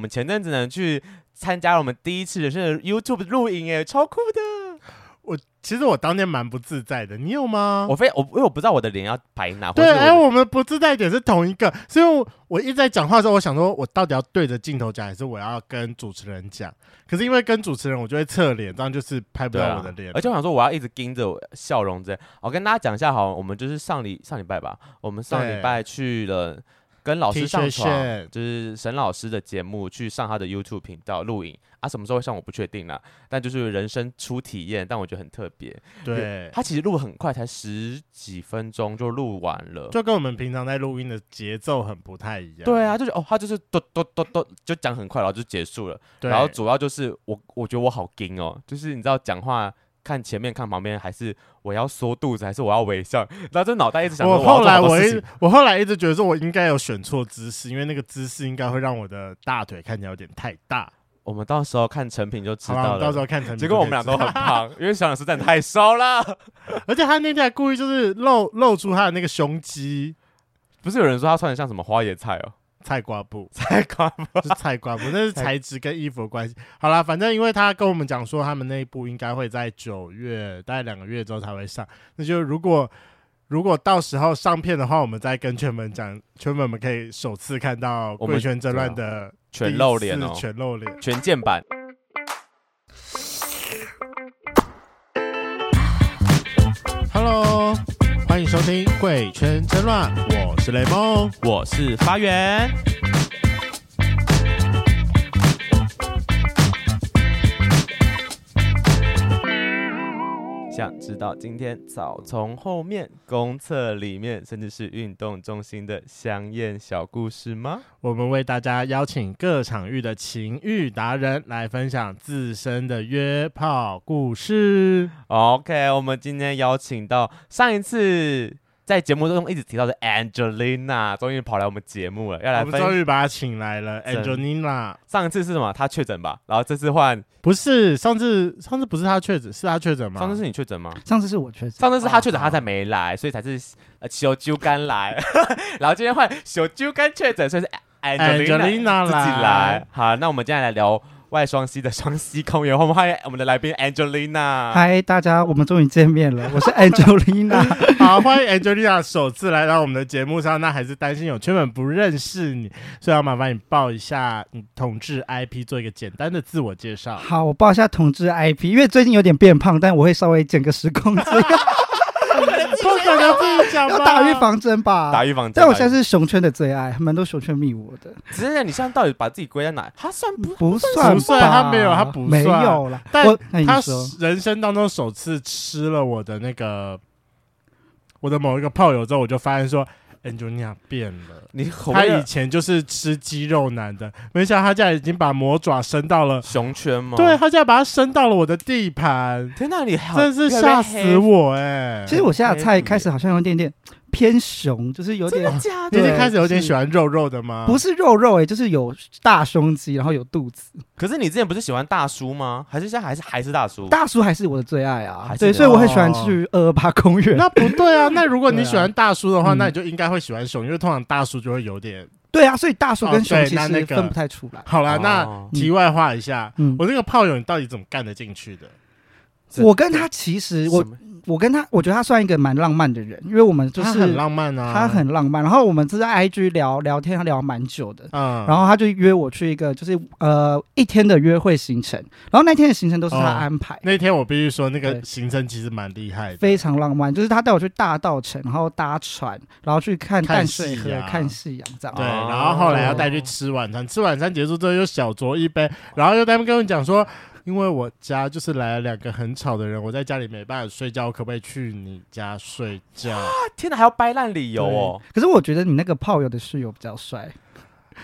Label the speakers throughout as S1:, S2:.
S1: 我们前阵子呢去参加了我们第一次人生的 YouTube 录影，哎，超酷的！
S2: 我其实我当天蛮不自在的，你有吗？
S1: 我非我因为我不知道我的脸要摆哪，
S2: 对，哎、
S1: 哎
S2: 我们不自在点是同一个，所以我我一直在讲话的时候，我想说我到底要对着镜头讲，还是我要跟主持人讲？可是因为跟主持人，我就会侧脸，这样就是拍不
S1: 对
S2: 到
S1: 啊
S2: 我的脸。
S1: 而且我想说，我要一直盯着我笑容这。我跟大家讲一下，好了，我们就是上礼上礼拜吧，我们上
S2: 对
S1: 礼拜去了跟老师上
S2: T 恤
S1: 床
S2: 线，
S1: 就是沈老师的节目，去上他的 YouTube 频道录影啊，什么时候会上我不确定啦，但就是人生初体验，但我觉得很特别。
S2: 对，
S1: 他其实录很快，才十几分钟就录完了。
S2: 就跟我们平常在录音的节奏很不太一样。
S1: 对啊，就是哦，他就是嘟嘟嘟嘟就讲很快，然后就结束了。
S2: 对，
S1: 然后主要就是我，我觉得我好惊哦，就是你知道讲话看前面看旁边，还是我要缩肚子，还是我要微笑，然后这脑袋一直想说
S2: 我
S1: 要
S2: 后
S1: 做
S2: 来
S1: 好多
S2: 我
S1: 事
S2: 一
S1: 情
S2: 我后来一直觉得说，我应该有选错姿势，因为那个姿势应该会让我的大腿看起来有点太大。
S1: 我们到时候看成品就知
S2: 好吧，我
S1: 道
S2: 们到时
S1: 了。
S2: 候看成品
S1: 结
S2: 就
S1: 果
S2: 可
S1: 我们
S2: 以
S1: 俩
S2: 知
S1: 都很胖，因为小老师真的太瘦了。
S2: 道，而且他那天还故意就是露露出他的那个胸肌，
S1: 不是有人说他穿的像什么花椰菜 哦，
S2: 菜瓜布。
S1: 菜瓜吗？
S2: 是菜瓜布，那是材质跟衣服的关系。好啦，反正因为他跟我们讲说，他们那一部应该会在九月，大概两个月之后才会上。那就如果如果到时候上片的话，我们再跟圈粉讲，圈粉们可以首次看到
S1: 我
S2: 贵
S1: 们
S2: 圈争乱的
S1: 全露脸
S2: 第一
S1: 哦
S2: 次，全露脸。
S1: 全键版。
S2: Hello，欢迎收听《贵圈争乱》，我是雷梦。
S1: 我是发源。想知道今天草丛后面、公厕里面，甚至是运动中心的香艳小故事吗？
S2: 我们为大家邀请各场域的情欲达人来分享自身的约炮故事。
S1: OK，我们今天邀请到上一次在节目中一直提到的 Angelina，终于跑来我们节目了，要来
S2: 哦我们终
S1: 分。
S2: 于把她请来了
S1: 真
S2: ，Angelina。
S1: 上一次是什么？她确诊吧，然后这次换，
S2: 不是上次，上次不是她确诊，是她确诊吗？
S1: 上次是你确诊吗？
S3: 上次是我确诊，
S1: 上次是他确诊，
S2: 哦
S1: 他才没来，所以才是呃小猪肝来， 然后今天换小猪肝确诊，所以是呃
S2: Angelina
S1: 自己来
S2: 来。
S1: 好，那我们接下来聊外双溪的双溪公园，我们欢迎我们的来宾 Angelina。
S3: 嗨，大家，我们终于见面了，我是 Angelina。
S2: 好，欢迎 Angelina 首次来到我们的节目上，那还是担心有圈粉不认识你，所以要麻烦你报一下你同志 IP，做一个简单的自我介绍。
S3: 好，我报一下同志 IP，因为最近有点变胖，但我会稍微减个十 公斤，
S2: 不可能自己讲吧？
S3: 要打预防针吧
S1: 打。预防针，
S3: 但我现在
S1: 是，
S3: 是熊圈的最爱，蛮多熊圈密我的，
S1: 只是你现在到底把自己归在哪？他算不
S3: 不算吧
S2: 不算他没有他不算
S3: 没有啦。
S2: 但
S3: 我哎那你
S2: 他
S3: 说，
S2: 人生当中首次吃了我的那个我的某一个炮友之后，我就发现说 Angelina 变了。
S1: 你口
S2: 他
S1: 味
S2: 以
S1: 的
S2: 前就是吃鸡肉男的，没想到他现在已经把魔爪伸到
S3: 哦
S2: 了，
S1: 熊圈吗？
S2: 对，他现在把它伸到了我的地盘，
S1: 天哪，你好
S2: 真是吓死！我哎、
S3: 其实我现在菜
S1: 黑
S3: 开始好像有点点偏熊，就是有
S1: 越来越黑真
S3: 点
S1: 的假
S2: 你已
S1: 的？
S2: 经开始有点
S3: 是
S2: 喜欢肉肉的吗？
S3: 不是肉肉哎、就是有大胸肌，然后有肚子。
S1: 可是你之前不是喜欢大叔吗？还是现在还是还是大叔？
S3: 大叔还是我的最爱啊
S1: 还，是
S3: 对，
S1: 你
S3: 所以我很喜欢
S2: 哦
S3: 去二二八公园。
S2: 那不对啊！那如果你
S3: 对啊
S2: 喜欢大叔的话，
S3: 嗯
S2: 那你就应该会喜欢熊，因为通常大叔就会有点……
S3: 对啊，所以大叔
S2: 哦
S3: 跟熊
S2: 对
S3: 其
S2: 那那
S3: 实
S2: 个
S3: 分不太出来。
S2: 好啦，那
S1: 哦
S2: 题外话一下，
S3: 嗯，
S2: 我那个炮友你到底怎么干得进去的？
S1: 这
S3: 我跟他其实我
S1: 什么啊
S3: 我跟他，我觉得他算一个蛮浪漫的人，因为我们就是
S2: 他很浪漫啊，
S3: 他很浪漫然后我们是在 IG 聊聊天，他聊蛮久的。
S2: 嗯，
S3: 然后他就约我去一个就是呃一天的约会行程，然后那天的行程都是他
S2: 哦
S3: 安排，
S2: 那天我必须说，那个
S3: 对
S2: 行程其实蛮厉害的，
S3: 非常浪漫。就是他带我去大道城，然后搭船，然后去看
S2: 看
S3: 淡水
S2: 夕
S3: 河、
S2: 阳
S3: 看夕阳这样。
S2: 对，
S1: 哦
S2: 然后后来要带去吃晚餐，吃晚餐结束之后又小酌一杯，然后又在那边跟我讲说，因为我家就是来了两个很吵的人，我在家里没办法睡觉，我可不可以去你家睡觉？
S1: 天哪，还要掰烂理由哦！
S3: 可是我觉得你那个炮友的室友比较帅，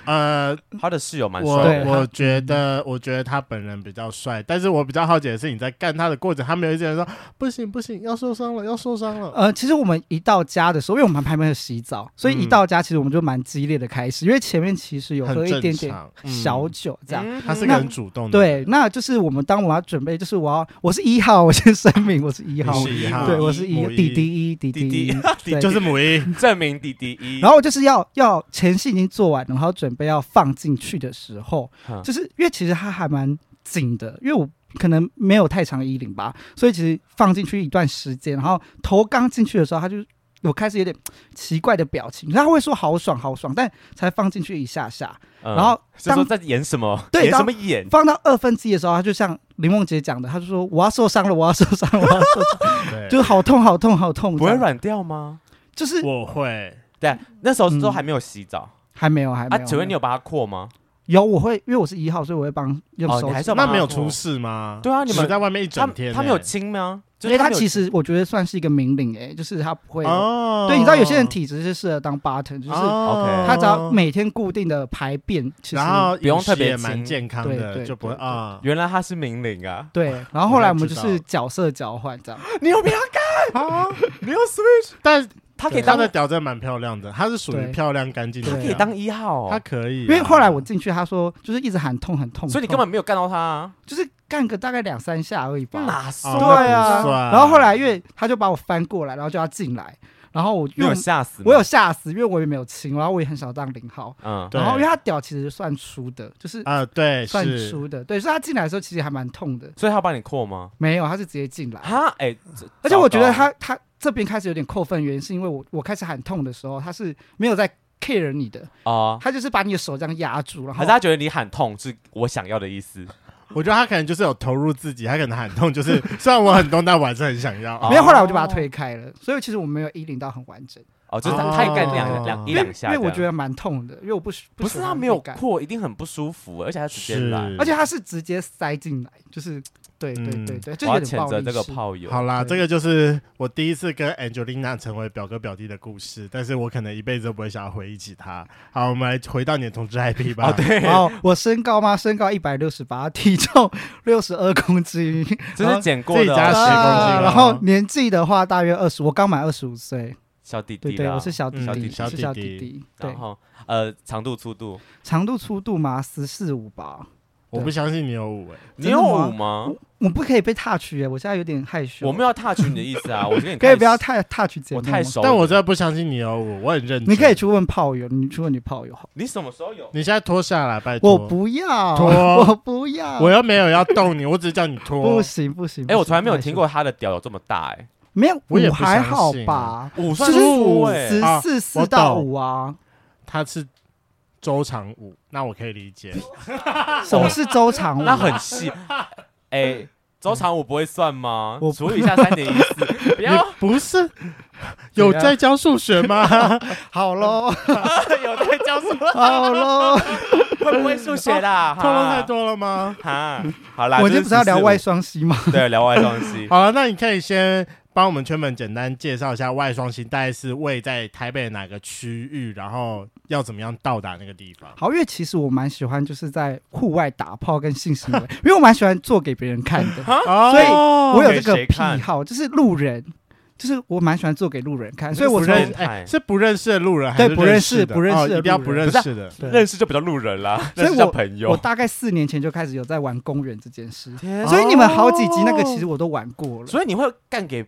S2: 呃，
S1: 他的室友蛮
S2: 我
S1: 帅
S3: 对嗯
S1: 的，
S2: 我觉得，我觉得他本人比较帅，但是我比较好奇的是，你在干他的过程，他没有一直在说不行不行，要受伤了，要受伤了。
S3: 呃，其实我们一到家的时候，因为我们还没有洗澡，所以一
S1: 嗯
S3: 到家其实我们就蛮激烈的开始，因为前面其实有
S2: 很
S3: 喝一
S2: 正
S3: 点点
S2: 常，嗯
S3: 小酒这样。
S1: 嗯
S2: 他是个
S3: 那
S2: 很主动的，
S3: 对，，那就是我们当我要准备，就是我要我是一号，我先声明我是一号
S2: 你，是一号
S3: 对我是
S2: 母
S3: 一
S2: 一
S3: 弟弟一弟
S1: 弟
S3: 弟一，
S1: 弟
S3: 对
S2: 就是母一，
S1: 证明弟弟一，
S3: 然后我就是要要前戏已经做完了，然后准准备要放进去的时候，
S1: 嗯
S3: 就是因为其实它还蛮紧的，因为我可能没有太长的衣领吧，所以其实放进去一段时间，然后头刚进去的时候，它就我开始有点奇怪的表情，他会说好爽好爽，但才放进去一下下，
S1: 嗯
S3: 然后
S1: 是说
S3: 当
S1: 在演什么？
S3: 对
S1: 演
S3: 当
S1: 什么演？
S3: 放到二分之一的时候，他就像林梦姐讲的，他就说我要受伤了，我要受伤了，我 要受伤，
S2: 对，
S3: 就是好痛好痛好痛，
S1: 不会
S3: 这样，
S1: 软掉吗？
S3: 就是
S2: 我会，
S1: 对，啊那时候都
S3: 嗯
S1: 还没有洗澡
S3: 还没有还没
S1: 啊。
S3: 有。
S1: 请问你有把它扩吗？
S3: 有，我会，因为我是一号，所以我会帮用
S1: 哦
S3: 手
S1: 你还
S3: 指。
S1: 是要把
S2: 那
S1: 它
S2: 没有
S1: 扩
S2: 出事吗？
S1: 对啊你们
S2: 只在外面一
S1: 他
S2: 整天欸，
S1: 他们有亲吗？就是
S3: 因为
S1: 他
S3: 它
S1: 们有
S3: 其实我觉得算是一个明领诶、就是它不会。
S2: 哦，
S3: 对，你知道有些人体质是适合当 button，就是
S2: 哦
S3: 他只要每天固定的排便，其实
S2: 然后
S1: 不用
S2: 饮食
S1: 特别
S2: 也蛮
S1: 清
S2: 健康
S3: 对
S2: 的，
S3: 对
S2: 就不会
S3: 对对
S2: 啊。
S1: 原来他是明领啊！
S3: 对。然后后来我们就
S2: 我现在
S3: 是
S2: 知
S3: 角色交换 这样。
S1: 你有没有 干？你有 Switch？
S2: 但
S1: 他可以
S2: 他
S1: 当
S3: 啊
S2: 的屌真的蛮漂亮的，他是属于
S3: 对
S2: 漂亮干净的
S3: 他
S2: 屌，
S1: 可以当一号哦，
S2: 他可以啊，
S3: 因为后来我进去，他说就是一直喊痛很痛，
S1: 所以你
S3: 很
S1: 根
S3: 痛
S1: 本没有干到他啊。
S3: 就是干个大概两三下而已吧。
S1: 哪
S2: 哦
S1: 算？
S2: 那
S3: 对啊
S2: 不算
S3: 然后后来因为他就把我翻过来，然后就要进来，然后我
S1: 你
S3: 又
S1: 有吓死吗？
S3: 我有吓死，因为我也没有亲，然后我也很少当零号，
S1: 嗯，
S2: 对
S3: 然后因为他屌其实算粗的，就是
S2: 啊，对，
S3: 算
S2: 是
S3: 粗的，对，所以他进来的时候其实还蛮痛的。
S1: 所以他帮你扩吗？
S3: 没有，他是直接进来，
S1: 哈，哎，这
S3: 啊而且我觉得
S1: 糟糕
S3: 他他这边开始有点扣分，原因是因为我我开始喊痛的时候，他是没有在 care 你的，
S1: 哦，
S3: 他就是把你的手这样压住，然
S1: 还
S3: 后
S1: 是他觉得你喊痛是我想要的意思？
S2: 我觉得他可能就是有投入自己，他可能很痛，就是 虽然我很痛，但我还是很想要。
S1: 哦
S3: 没有，后来我就把他推开了，所以其实我没有衣领到很完整，
S1: 哦，就是
S2: 哦
S1: 他他也干两两一
S3: 因为
S1: 两下
S3: 因
S1: 这样，
S3: 为我觉得蛮痛的，因为我不喜
S1: 不
S3: 喜
S1: 是
S3: 欢
S1: 他没有
S3: 被干，
S1: 扩，一定很不舒服，而且他直接
S2: 是
S1: 来。
S3: 而且他是直接塞进来，就是对对
S2: 嗯
S3: 对对，就
S1: 我要
S3: 有点
S1: 谴
S3: 暴
S1: 责
S3: 力
S1: 这个
S3: 式
S1: 炮友。
S2: 好啦，
S3: 对
S2: 这个就是我第一次跟 Angelina 成为表哥表弟的故事，但是我可能一辈子都不会想要回忆起他。好，我们来回到你的同志 IP 吧。
S3: 哦
S1: 啊，对，
S3: 然后我身高吗？身高一百六十八，体重六十二公斤，
S1: 这是剪过
S2: 自
S1: 的
S2: 己加
S1: 哦
S2: 十公斤
S3: 啊
S2: 了
S3: 然后年纪的话，大约二十，我刚满二十五岁。
S1: 小弟
S3: 对
S1: 弟
S3: 对，
S1: 啦
S3: 我是小弟
S2: 嗯
S1: 小弟
S3: 弟，
S1: 弟
S2: 小
S3: 我
S2: 弟
S3: 是
S2: 弟
S3: 小弟弟。对
S1: 然，后呃，长度粗度，
S3: 长度粗度嘛，十四五吧。
S2: 我不相信你有五哎、
S1: 你
S3: 真的
S1: 有
S3: 吗
S1: 五吗？
S3: 我不可以被 touch 耶，我现在有点害羞。
S1: 我 没有要 touch 你的意思 啊，我跟你
S3: 可以
S1: 太
S3: 不要太 touch 节
S1: 我
S3: 目吗
S1: 太熟了，
S2: 但我真的不相信你有五，我很认真。
S3: 你可以去问炮友，你去问你炮友好。
S1: 你什么时候有？
S2: 你现在脱下来，
S1: 啊
S2: 拜托。
S3: 我，不要，
S2: 脱
S3: 我不要，
S2: 我又没有要动你，我只是叫你脱
S3: 不。行不行。
S1: 哎，我
S3: 不行
S1: 从来没有听，过他的屌有这么大哎，
S3: 太羞没有，
S2: 我也
S3: 五
S2: 不
S3: 还
S2: 相
S3: 好
S2: 信
S3: 吧？
S1: 五
S3: 就
S1: 算
S3: 是
S1: 粗哎
S3: 十，
S2: 啊
S3: 四
S2: 我
S3: 四到
S2: 懂
S3: 五啊，
S2: 他是周长五，那我可以理解。
S3: 什么是周长？
S1: 那很细。哎，周长我不会算吗
S3: 我？
S1: 除以一下三点一 四，不
S2: 你
S1: 要
S2: 不是有在教数学 吗？
S3: 好 喽，
S1: 有在教 什么？
S3: 好喽，
S1: 会不会数学 啦？
S2: 透露太
S1: 哈
S2: 多了吗？
S1: 哈，好啦，
S3: 我
S1: 这
S3: 就不是要聊
S1: 14
S3: 外双膝吗？
S1: 对聊外东西。
S2: 好了，那你可以先帮我们圈粉简单介绍一下外双星大概是位在台北哪个区域，然后要怎么样到达那个地方。
S3: 好，因为其实我蛮喜欢就是在户外打炮跟性 行为，因为我蛮喜欢做给别人看的，
S1: 啊
S2: 哦
S3: 所以我有这个
S1: 哦给谁
S3: 癖
S1: 看
S3: 好，就是路人，就是我蛮喜欢做给路人看，所以我
S2: 不
S1: 是
S2: 认
S1: 变
S3: 从
S2: 哎、
S1: 态
S2: 是不认识的路人还
S3: 对
S2: 是
S3: 不
S2: 认
S3: 认
S2: 识
S3: 识
S2: 的
S3: 不认识
S2: 哦
S3: 的
S2: 一定要
S3: 路
S2: 不
S3: 人
S1: 不
S2: 认
S1: 是啊
S2: 识的。
S3: 对
S1: 认识就比较路人啦，
S3: 所以
S1: 认识叫
S3: 我
S1: 朋
S3: 我
S1: 友。
S3: 大概四年前就开始有在玩公园这件事，
S1: 天啊
S3: 所以你们好几集那个
S1: 哦
S3: 其实我都玩过了，
S1: 所以你会干给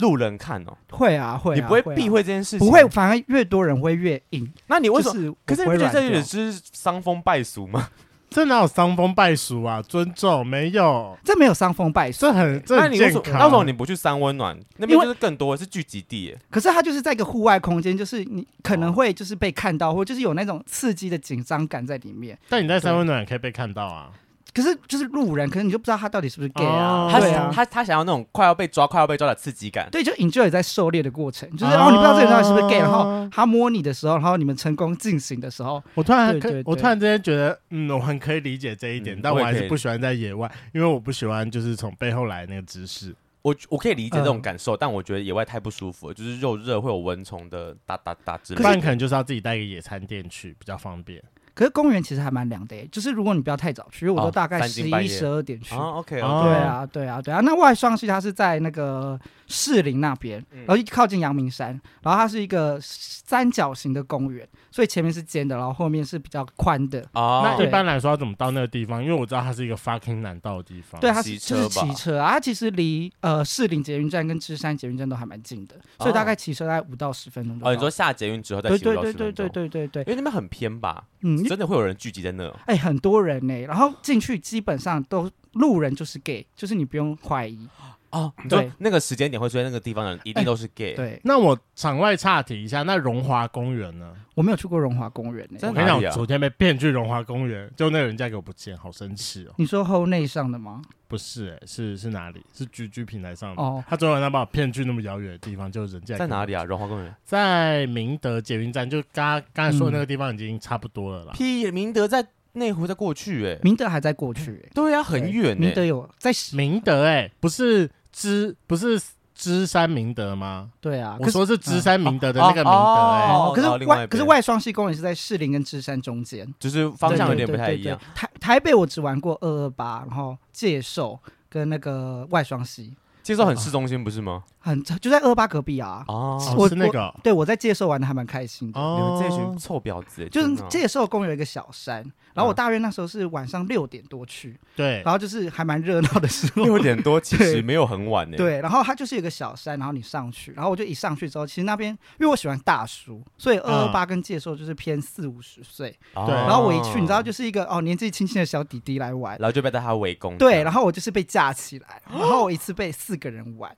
S1: 路人看哦，
S3: 会啊会啊，
S1: 你不会
S3: 啊
S1: 避讳这件事情，
S3: 不会，。反而越多人会越硬，
S1: 那你为什
S3: 就
S1: 么？
S3: 是
S1: 可是
S3: 我
S1: 你不觉得
S3: 不会软
S1: 这有
S3: 掉
S1: 点是伤风败俗吗？
S2: 这哪有伤风败俗啊？尊重没有，
S3: 这没有伤风败俗
S2: 这，很这
S1: 那
S2: 很
S1: 你为
S2: 健
S1: 什么
S2: 康。
S1: 那为什么你不去三温暖那边？
S3: 啊因为
S1: 就是更多是聚集地耶，
S3: 可是它就是在一个户外空间，就是你可能会就是被看到，或就是有那种刺激的紧张感在里面。
S2: 但你在三温暖也可以被看到啊。
S3: 可是就是路人，可是你就不知道他到底是不是 gay
S2: 哦
S3: 啊？
S1: 他
S3: 对
S1: 想
S3: 啊，
S1: 他他想要那种快要被抓、快要被抓的刺激感。
S3: 对，就 enjoy 在狩猎的过程，就是
S2: 哦
S3: 然后你不知道这个人到底是不是 gay，然后他摸你的时候，然后你们成功进行的时候，
S2: 我突然
S3: 对
S2: 可
S3: 对
S2: 我
S3: 对
S2: 突然之间觉得，嗯，我很可以理解这一点，
S1: 嗯
S2: 但
S1: 我
S2: 我
S1: 也
S2: 还
S1: 可
S2: 是
S1: 以
S2: 不喜欢在野外，因为我不喜欢就是从背后来那个姿势。
S1: 我我可以理解这种
S3: 嗯
S1: 感受，但我觉得野外太不舒服了，就是肉热会有蚊虫的哒哒哒之
S2: 不
S1: 类
S2: 然
S1: 的。
S2: 可能就是要自己带个野餐垫去比较方便。
S3: 可是公园其实还蛮凉的、欸，就是如果你不要太早去，因为我都
S1: 哦
S3: 大概
S1: 三
S3: 十
S1: 更半
S3: 一、
S1: 夜
S3: 十二点去。
S1: 啊，OK，
S2: 哦
S3: 对啊，对啊，对啊。那外双溪它是在那个士林那边，然后靠近阳明山，然后它是一个三角形的公园，所以前面是尖的，然后后面是比较宽的。
S1: 啊
S2: 那一
S3: 对
S2: 般来说要怎么到那个地方？因为我知道它是一个 fucking 难到的地方。
S3: 对，它
S1: 骑
S3: 是就是
S1: 车吧
S3: 骑车啊，它其实离呃士林捷运站跟芝山捷运站都还蛮近的，所以大概骑车大概五到十分钟就到。
S1: 哦，你说下捷运之后再
S3: 对
S1: 骑五
S3: 对
S1: 到
S3: 对
S1: 十
S3: 对
S1: 分
S3: 对
S1: 钟，
S3: 对对对，
S1: 因为那边很偏吧，
S3: 嗯，
S1: 真的会有人聚集在那。哦
S3: 哎、很多人呢、然后进去基本上都路人就是 gay，就是你不用怀疑。
S1: 哦，你说
S3: 对
S1: 那个时间点会出现那个地方的人，一定
S3: 哎
S1: 都是 gay。
S3: 对
S2: 那我场外岔题一下，那荣华公园呢？
S3: 我没有去过荣华公园呢、
S1: 真
S2: 我
S1: 的
S2: 跟
S1: 哪
S2: 你讲，
S1: 里
S2: 我
S1: 啊
S2: 昨天被骗去荣华公园，就那个人嫁给我不见，好生气哦！
S3: 你说后内上的
S1: 嗯
S3: 吗？
S2: 不是、欸，是是哪里？是居居平台上的。
S3: 哦
S2: 他昨天晚上把我骗去那么遥远的地方，就人家
S1: 在哪里啊？荣华公园？
S2: 在明德捷运站，就刚刚才说的那个地方已经差不多了啦。
S1: 屁，明德在内湖，在过去哎。
S3: 明德还在过去欸、
S1: 对啊，很远
S3: 明德
S1: 哎。
S3: 有在
S2: 明德、欸，不是芝，不是芝山明德吗？
S3: 对啊，
S2: 我
S3: 可是嗯
S2: 说是芝山明德的那个明德、欸，
S1: 哦
S3: 哦，可
S1: 哦
S3: 是
S1: 另外一
S3: 外
S1: 边
S3: 可是外双溪公园是在士林跟芝山中间，
S1: 就是方向有点不太
S3: 对
S1: 一样。。
S3: 对对对对台台北我只玩过二二八，然后介寿跟那个外双溪，
S1: 介绍很市中心不是吗？
S3: 很就在二二八隔壁啊。
S1: 哦，
S2: 哦
S3: 我
S2: 是那个哦
S3: 对我在介寿玩的还蛮开心的。
S1: 你们
S2: 哦，
S1: 这群臭婊子欸，
S3: 啊就是
S1: 天哪
S3: 介寿公园有一个小山，然后我
S1: 嗯
S3: 大约那时候是晚上六点多去，
S2: 对
S3: 然后就是还蛮热闹的时候。
S1: 六点多，其实
S3: 对
S1: 没有很晚呢。，
S3: 对，然后它就是有一个小山，然后你上去，然后我就一上去之后，其实那边因为我喜欢大叔，
S1: 嗯
S3: 所以二二八跟介寿就是偏四五十岁。
S1: 对
S2: 对
S3: 然后我一去，你知道，就是一个哦年纪轻轻的小弟弟来玩，
S1: 然后就被他围攻。
S3: 对，，然后我就是被架起来，然后我一次被四个人玩，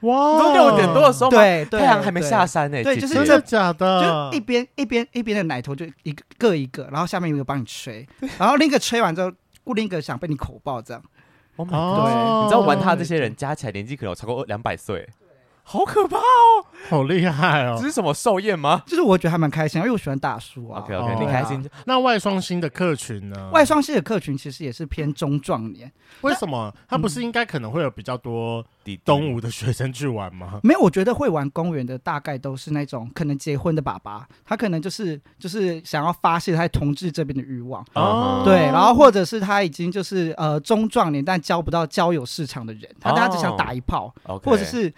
S2: 哇
S1: 哦都六点多的时候吗，
S3: 对对，
S1: 太阳还没
S3: 对
S1: 下，山呢。
S3: 对
S1: 姐
S3: 就是
S1: 姐
S2: 真的假的？
S3: 就一边一边一边的奶头就一个各一个，然后下面有一个帮你吹，然后另一个吹完之后，固定一个想被你口爆这样。
S1: Oh my god
S2: 哦，
S1: 你知道玩他的这些人加起来年纪可能有超过两百岁，好可怕！哦
S2: 好厉害
S1: 这
S2: 哦！
S1: 是什么寿宴吗
S3: 就是我觉得还蛮开心啊，因为我喜欢大叔啊。
S1: ？OK
S2: 哦
S1: OK，你开心
S2: 那外双星的客群呢？
S3: 外双溪的客群其实也是偏中壮年，
S2: 为什么他不是应该可能会有比较多
S1: 弟弟
S2: 东吴的学生去玩吗？
S3: 没有，我觉得会玩公园的大概都是那种可能结婚的爸爸，他可能就是就是想要发泄他在同志这边的欲望，
S1: 哦
S3: 嗯
S2: 啊
S3: 对，然后或者是他已经就是呃中壮年但交不到交友市场的人，他大家只想打一炮，
S1: ，OK，
S3: 或者是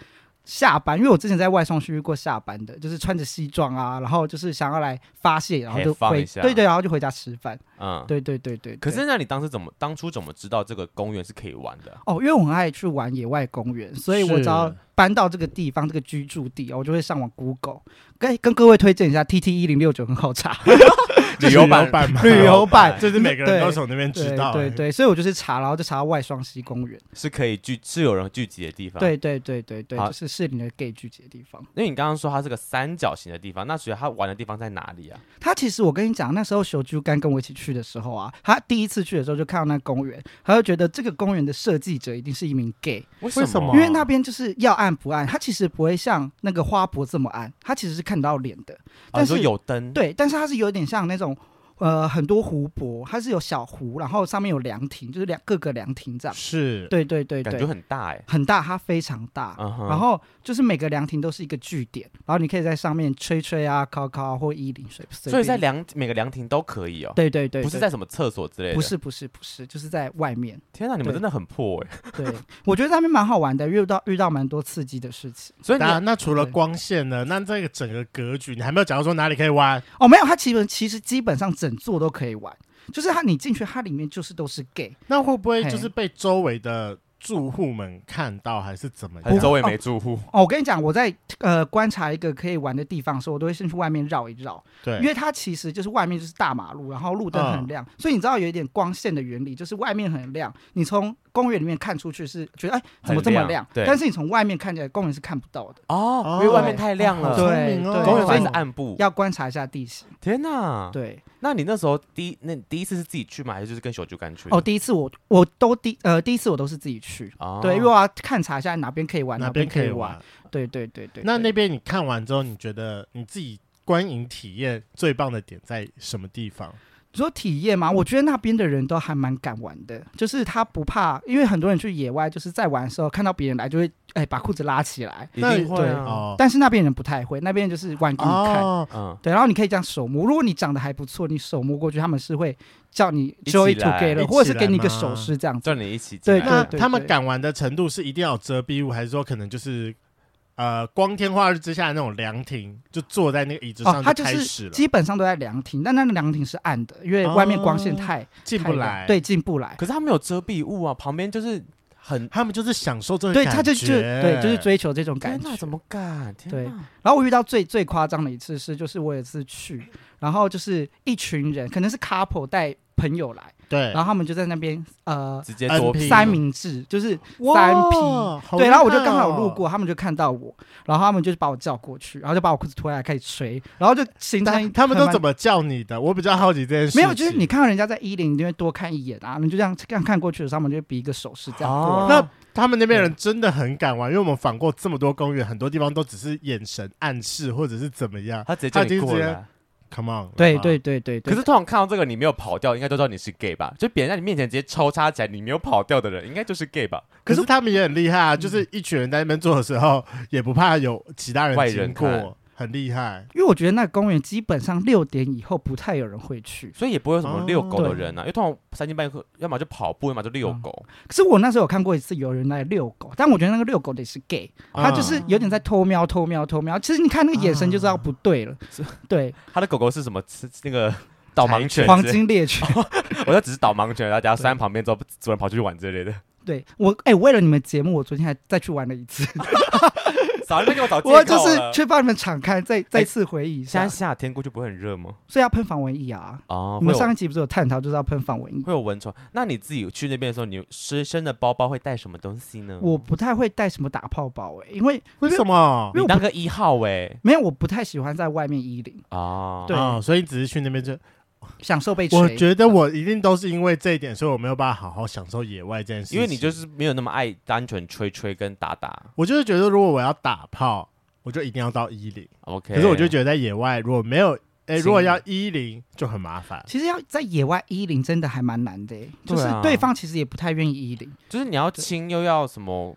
S3: 下班，因为我之前在外双区遇过下班的，就是穿着西装啊，然后就是想要来发泄，然后就
S1: 嘿放一
S3: 回
S1: 下
S3: 对对，然后就回家吃饭，
S1: 嗯，
S3: 对对对对对
S1: 可是那你当时怎么当初怎么知道这个公园是可以玩的？
S3: 哦，因为我很爱去玩野外公园，所以我只要
S2: 是
S3: 搬到这个地方、这个居住地，我就会上网 Google，跟跟各位推荐一下 T T 一零六九很好查，
S2: 就是
S1: 旅游版
S2: 版吗
S3: 旅游版
S2: 就是每个人
S3: 对
S2: 都从那边知
S3: 对
S2: 道、
S3: 对
S2: 欸
S3: 对，所以我就是查，然后就查到外双溪公园，
S1: 是可以聚是有人聚集的地方。，
S3: 对对对对对，
S1: 好
S3: 就是士林的 gay 聚集的地方。
S1: 因为你刚刚说它是个三角形的地方，那所以它玩的地方在哪里啊？
S3: 他其实我跟你讲，那时候小猪干跟我一起去的时候啊，他第一次去的时候就看到那公园，他就觉得这个公园的设计者一定是一名 gay，
S1: 为
S2: 什么
S1: 么？哦
S3: 因为那边就是要暗不暗，它其实不会像那个花博这么暗，它其实是看得到脸的。
S1: 啊，
S3: 但
S1: 你
S3: 是
S1: 说有灯，，
S3: 对，但是它是有点像那种。呃，很多湖泊，它是有小湖，然后上面有凉亭，就是两各个凉亭这样。
S2: 是，
S3: 对对对
S1: 感觉
S3: 对，
S1: 很大哎。
S3: 很大，它非常大。
S1: 嗯哼
S3: 然后就是每个凉亭都是一个据点，然后你可以在上面吹吹啊、烤烤啊或衣领水，随
S1: 所以在
S3: 便
S1: 凉每个凉亭都可以哦，
S3: 对对对，
S1: 不是
S3: 对
S1: 在什么厕所之类的。
S3: 不，是不是不是，就是在外面。
S1: 天哪，你们
S3: 对
S1: 真的很破哎。
S3: 对，我觉得那边蛮好玩的，遇到遇到蛮多刺激的事情。
S1: 所以你
S2: 那那除了光线呢？那这个整个格局，你还没有讲到说哪里可以玩
S3: 哦，没有，它其实其实基本上整座都可以玩，就是它你进去，它里面就是都是 gay，
S2: 那会不会
S3: 嘿
S2: 就是被周围的住户们看到，还是怎么
S1: 还是
S2: 样？
S1: 周围没住户，
S3: 哦，我跟你讲，我在呃观察一个可以玩的地方的时候，我都会先去外面绕一绕，因
S2: 对，
S3: 为它其实就是外面就是大马路，然后路灯
S1: 嗯
S3: 很亮，所以你知道有一点光线的原理，就是外面很亮，你从公园里面看出去是觉得哎怎么这么
S1: 很亮对
S3: 但是你从外面看起来公园是看不到的，
S1: 哦，因为外面太亮
S2: 好
S1: 了，
S3: 对
S2: 聪明哦
S3: 对
S1: 公园
S3: 所
S1: 反
S3: 以
S1: 正是暗部。
S3: 要观察一下地形。
S1: 天哪，
S3: 对，
S1: 那你那时候第一那你第一次是自己去吗？还是就是跟小猪干去？
S3: 哦，第一次我我都第呃第一次我都是自己去，
S1: 哦，
S3: 对，因为我要看查一下哪边可以玩，
S2: 哪
S3: 哪
S2: 边
S3: 边
S2: 可以
S3: 以
S2: 玩
S3: 玩。？对对对对。
S2: 那
S3: 对
S2: 那边你看完之后，你觉得你自己观影体验最棒的点在什么地方？
S3: 你说体验嘛，我觉得那边的人都还蛮敢玩的，就是他不怕，因为很多人去野外就是在玩的时候看到别人来就会哎把裤子拉起来，
S1: 一
S2: 那
S1: 定会
S3: 对
S1: 啊，
S2: 哦
S3: 但是那边人不太会，那边人就是玩给你看。
S2: 哦，
S1: 嗯，
S3: 对，然后你可以这样手摸，如果你长得还不错，你手摸过去，他们是会叫你
S1: 一起
S3: join
S1: 来一
S3: together，
S2: 起
S3: 或者是给你一
S2: 来
S3: 个
S2: 嘛
S3: 手势这样子
S1: 叫。你一起进
S3: 对
S1: 来
S2: 那
S1: 啊，
S3: 对
S2: 他们敢玩的程度是一定要有遮蔽物，还是说可能就是呃光天化日之下的那种凉亭，就坐在那个椅子
S3: 哦
S2: 上，
S3: 它
S2: 开始
S3: 是
S2: 了，
S3: 基本上都在凉亭，但那个凉亭是暗的，因为外面光线
S2: 哦
S3: 太
S2: 进
S3: 太
S2: 不
S3: 亮
S2: 来。
S3: 对，，进不来。
S1: 可是他没有遮蔽物啊，旁边就是很
S2: 他们就是享受这个
S3: 对，
S2: 感
S3: 他就就
S2: 觉
S3: 对，就是追求这种感
S1: 天
S3: 觉
S1: 哪，。怎么敢？天
S3: 对
S1: 哪
S3: 然后我遇到最最夸张的一次是，就是我有一次去，然后就是一群人，可能是 couple 带朋友来，
S2: 对
S3: 然后他们就在那边呃
S1: 直接
S2: 嗯
S1: 多
S2: 屁
S1: 批
S3: 三明治，就是
S2: 哇
S3: 三批。
S2: 好
S3: 对，
S2: 厉
S3: 然后我就
S2: 害
S3: 刚好
S2: 哦
S3: 路过，他们就看到我，然后他们就把我叫过去，然后就把我裤子脱下来开始吹，然后就形成
S2: 但他们都怎
S3: 么
S2: 么叫你的？我比较好奇这件事情。
S3: 没有？就是你看到人家在一零，你就会多看一眼啊，你就这样这样看过去的时候，他们就会比一个手势这样过来。
S1: 哦
S2: 那他们那
S3: 嗯
S2: 边人真的很敢玩，因为我们访过这么多公园，很多地方都只是眼神暗示或者是怎么样。
S1: 他直接
S2: 他
S1: 叫
S2: 已经
S1: 你过
S2: 直接
S1: 来。
S2: Come on，
S3: 对
S2: 好吧
S3: 对对对对。
S1: 可是通常看到这个你没有跑掉，应该都知道你是 gay 吧？就别人在你面前直接抽插起来，你没有跑掉的人，应该就是 gay 吧？
S2: 可是他们也很厉害啊，
S3: 嗯
S2: 就是一群人在那边做的时候，也不怕有其他
S1: 外
S2: 人
S1: 人
S2: 经过
S1: 看，
S2: 很厉害。
S3: 因为我觉得那个公园基本上六点以后不太有人会去，
S1: 所以也不会有什么遛狗
S3: 哦
S1: 的人啊，因为通常三更半夜，要么就跑步，要么就遛狗。
S3: 可是我那时候有看过一次有人来遛狗，但我觉得那个遛狗的也是 gay，他啊
S2: 啊
S3: 就是有点在偷瞄、偷瞄、偷瞄。其实你看那个眼神就知道不对了，
S1: 是
S3: 对，
S1: 他的狗狗是什么？是那个 导盲犬
S3: 黄
S1: 之类，
S3: 金猎犬。
S1: 我就只是导盲犬，然后等下三旁边之后， 主人跑出去玩之类的。
S3: 对我，哎、为了你们节目，我昨天还再去玩了一次，
S1: 早就给我找哦借口
S3: 我
S1: 了哎
S3: 就是去帮你们敞开，再再次回忆一
S1: 现
S3: 下。
S1: 在夏天过去不会很热吗？
S3: 所以要喷防蚊液啊！
S1: 哦，
S3: 我
S1: 会
S3: 们
S1: 有
S3: 上一集不是有探讨，就是要喷防蚊液。
S1: 会有蚊虫。那你自己去那边的时候，你随身的包包会带什么东西呢？
S3: 我不太会带什么打泡泡、哎，因为
S2: 为什么
S1: 你
S3: 因为我
S1: 当个一号哎
S3: 没有，我不太喜欢在外面衣领，
S1: 哦，
S3: 对
S2: 啊？所以你只是去那边就，
S3: 享受被
S2: 我
S3: 吹。
S2: 觉得我一定都是因为这一点，所以我没有办法好好享受野外这件事情。
S1: 因为你就是没有那么爱单纯吹吹跟打打。
S2: 我就是觉得，如果我要打炮，我就一定要到一零。
S1: OK，
S2: 可是我就觉得在野外如果没有，哎、
S1: 行
S2: 如果要一零就很麻烦。
S3: 其实要在野外衣领真的还蛮难的、欸，就是
S1: 对啊
S3: 对方其实也不太愿意衣领。
S1: 就是你要亲又要什么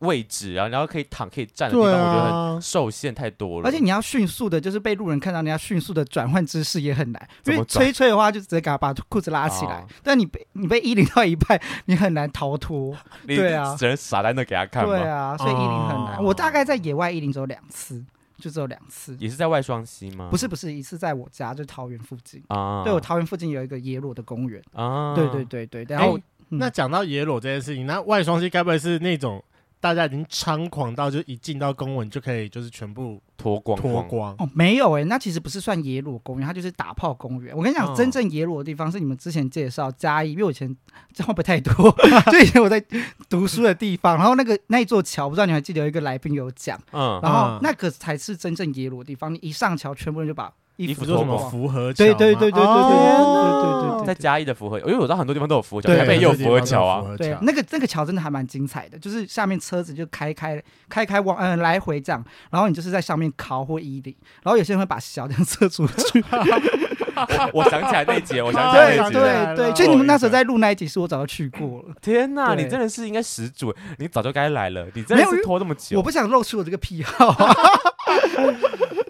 S1: 位置啊，然后可以躺可以站的地方，我觉
S2: 啊
S1: 得很，受限太多了。
S3: 啊而且你要迅速的，就是被路人看到，你要迅速的转换姿势也很难，
S1: 怎
S3: 因
S1: 么
S3: 为
S1: 转
S3: 吹一吹的话就直接给他把裤子拉起来，
S1: 哦
S3: 但你被你被衣领到一半， 你很难逃脱。
S1: 你
S3: 对啊
S1: 只能傻在那给他看
S3: 对
S1: 嘛。
S3: 啊，所以衣领很难。
S2: 哦
S3: 我大概在野外衣领只有两次，就只有两次，
S1: 也是在外双溪吗？
S3: 不是不是，一次在我家，就桃园附近。
S1: 啊，
S3: 对我桃园附近有一个野裸的公园，
S1: 啊，
S3: 对对对对，然后嗯
S2: 那讲到野裸这件事情，那外双溪该不会是那种大家已经猖狂到，就一进到公文就可以就是全部
S1: 脱光
S2: 脱
S1: 光，
S2: 光？
S3: 哦，没有哎、那其实不是算野裸公园，它就是打炮公园。我跟你讲，
S1: 哦
S3: 真正野裸的地方是你们之前介绍嘉义，因为我以前 这会不会太多？就以前我在读书的地方，然后那个那一座桥，不知道你还记得有一个来宾有讲，
S1: 嗯，
S3: 然后
S2: 嗯
S3: 那个才是真正野裸的地方。你一上桥，全部人就把衣
S1: 衣
S3: 服
S1: 服
S2: 你说
S3: 脱
S1: 脱
S2: 什么
S3: 光。
S2: 符合桥
S3: 对
S2: 吗？
S3: 对对对对对
S2: 哦
S3: 对对对对
S1: 在嘉义的符合，因为我知道很多地方都有符合桥，
S3: 对
S1: 台北也有符合桥
S2: 有
S1: 啊。
S2: 符合
S3: 对
S2: 桥，
S3: 那个那个桥真的还蛮精彩的，就是下面车子就开开开开往嗯、来回这样，然后你就是在上面烤或衣领，然后有些人会把小这样射 出去，
S1: 我想起来那一节，我想起来
S2: 对
S1: 那
S3: 对
S1: 一
S2: 对
S1: 节。
S3: 对
S2: 对
S3: 对，就你们那时候在录那一集是我早就去过了。
S1: 天哪，
S3: 对
S1: 你真的是应该始祖，你早就该来了，你真
S3: 没
S1: 的
S3: 有因
S1: 是
S3: 为
S1: 拖这么
S3: 我
S1: 久。
S3: 不想露出我这个癖好、 啊。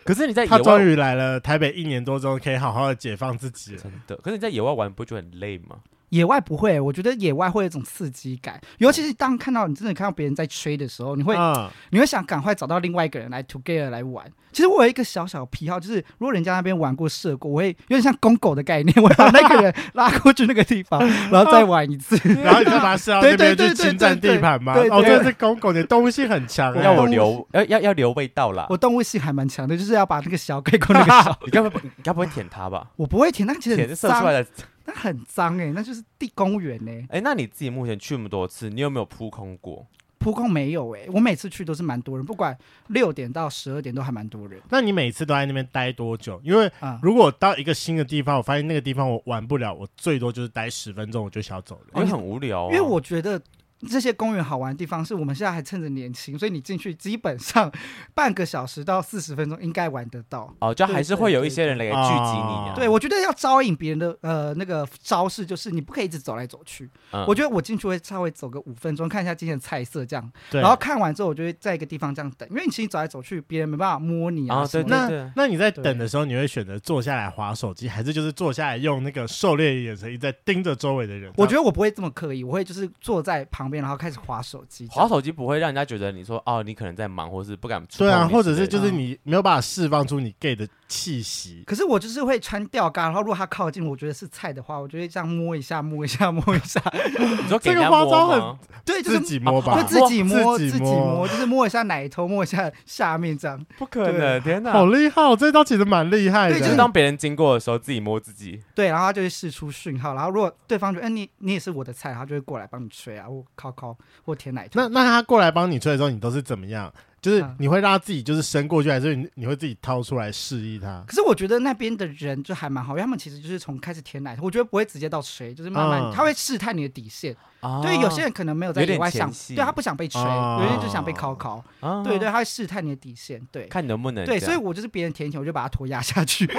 S1: 可是你在野
S2: 他终
S1: 外
S2: 于来了台北一年多之后，可以好好的解放自己了。
S1: 真的，可是你在野外玩不会觉得很累吗？
S3: 野外不会，我觉得野外会有一种刺激感，尤其是当看到你真的看到别人在吹的时候，你会、
S2: 嗯
S3: 你会想赶快找到另外一个人来 together 来玩。其实我有一个小小癖好，就是如果人家那边玩过射过，我会有点像公狗的概念，我把那个人拉过去那个地方，然后再玩一 次。
S2: 然后你就把他射到那边
S3: 对对对
S2: 去
S3: 对
S2: 侵占
S3: 对对
S2: 地盘嘛？
S3: 对对
S2: 哦，这是公狗，你的东西很强欸。
S1: 要
S3: 动
S1: 我
S3: 物
S1: 留，要要要留味道啦。。
S3: 我动物性还蛮强的，就是要把那个小给过那个小
S1: 你该不会你该不会舔它吧？
S3: 我不会 舔，那其实
S1: 舔
S3: 很
S1: 是射出来
S3: 脏，
S1: 的。
S3: 那很脏哎、那就是地公园哎、
S1: 哎，那你自己目前去那么多次，你有没有扑空过？
S3: 扑空没有哎、我每次去都是蛮多人，不管六点到十二点都还蛮多人
S2: 那你每次都在那边待多久？因为
S3: 啊。
S2: 如果到一个新的地方，我发现那个地方我玩不了，我最多就是待十分钟，我就想要走了。
S1: 因为很无聊啊。
S3: 因为我觉得这些公园好玩的地方是我们现在还趁着年轻，所以你进去基本上半个小时到四十分钟应该玩得到。
S1: 哦，就
S3: 对
S1: 还是
S3: 对
S1: 会有一
S3: 对
S1: 些人来
S2: 对
S1: 聚集你啊。
S2: 哦
S3: 对，我觉得要招引别人的呃那个招式就是你不可以一直走来走去。
S1: 嗯
S3: 我觉得我进去会稍微走个五分钟，看一下今天的菜色这样，
S2: 对，
S3: 然后看完之后我就会在一个地方这样等，因为你其实走来走去，别人没办法摸你啊
S1: 哦
S3: 什么的。
S1: 对
S2: 那
S1: 对
S2: 那你在等的时候，你会选择坐下来划手机，还是就是坐下来用那个狩猎的眼神一直在盯着周围的人？
S3: 我觉得我不会这么刻意，我会就是坐在旁边，然后开始划手机这样。
S1: 划手机不会让人家觉得你说哦，你可能在忙，或是不敢触
S2: 对啊，
S1: 碰你
S2: 或
S1: 之
S2: 者是
S1: 类的
S2: 就是
S3: 嗯
S2: 你没有办法释放出你 gay 的气息。
S3: 可是我就是会穿吊嘎，然后如果他靠近，我觉得是菜的话，我就会这样摸一下，摸一下，摸一下。
S1: 你说给
S2: 这个
S1: 人家
S2: 花
S1: 摸
S2: 招
S1: 吗
S2: 很
S3: 对，就
S2: 自
S3: 是
S2: 己摸吧，
S3: 就自己摸，
S2: 自己
S3: 自己
S2: 摸
S3: 摸，就是摸一下奶头，摸一下下面这样。
S1: 不可能，天哪！
S2: 好厉害！哦，这招其实蛮厉害的。
S3: 啊对
S1: 就
S3: 就是
S1: 当别人经过的时候，自己摸自己。
S3: 对，然后他就会试出讯号，然后如果对方觉得，嗯、你你也是我的菜，他就会过来帮你吹啊，或敲敲，或舔奶头。
S2: 那那他过来帮你吹的时候，你都是怎么样？就是
S3: 嗯
S2: 你会让他自己就是伸过去，还是你你会自己掏出来示意他？
S3: 可是我觉得那边的人就还蛮好，因为他们其实就是从开始舔奶头，我觉得不会直接到吹，就是慢慢、
S2: 嗯
S3: 他会试探你的底线。
S1: 啊
S3: 对，有些人可能没有在
S1: 有点
S3: 野外想
S1: 前，戏
S3: 对他不想被吹，
S2: 哦
S3: 有些人就想被敲敲。
S1: 啊
S3: 对对，，他会试探你的底线。对
S1: 看你能不能
S3: 对，
S1: 这
S3: 所以
S1: 样
S3: 我就是别人舔一舔，我就把他头压下去，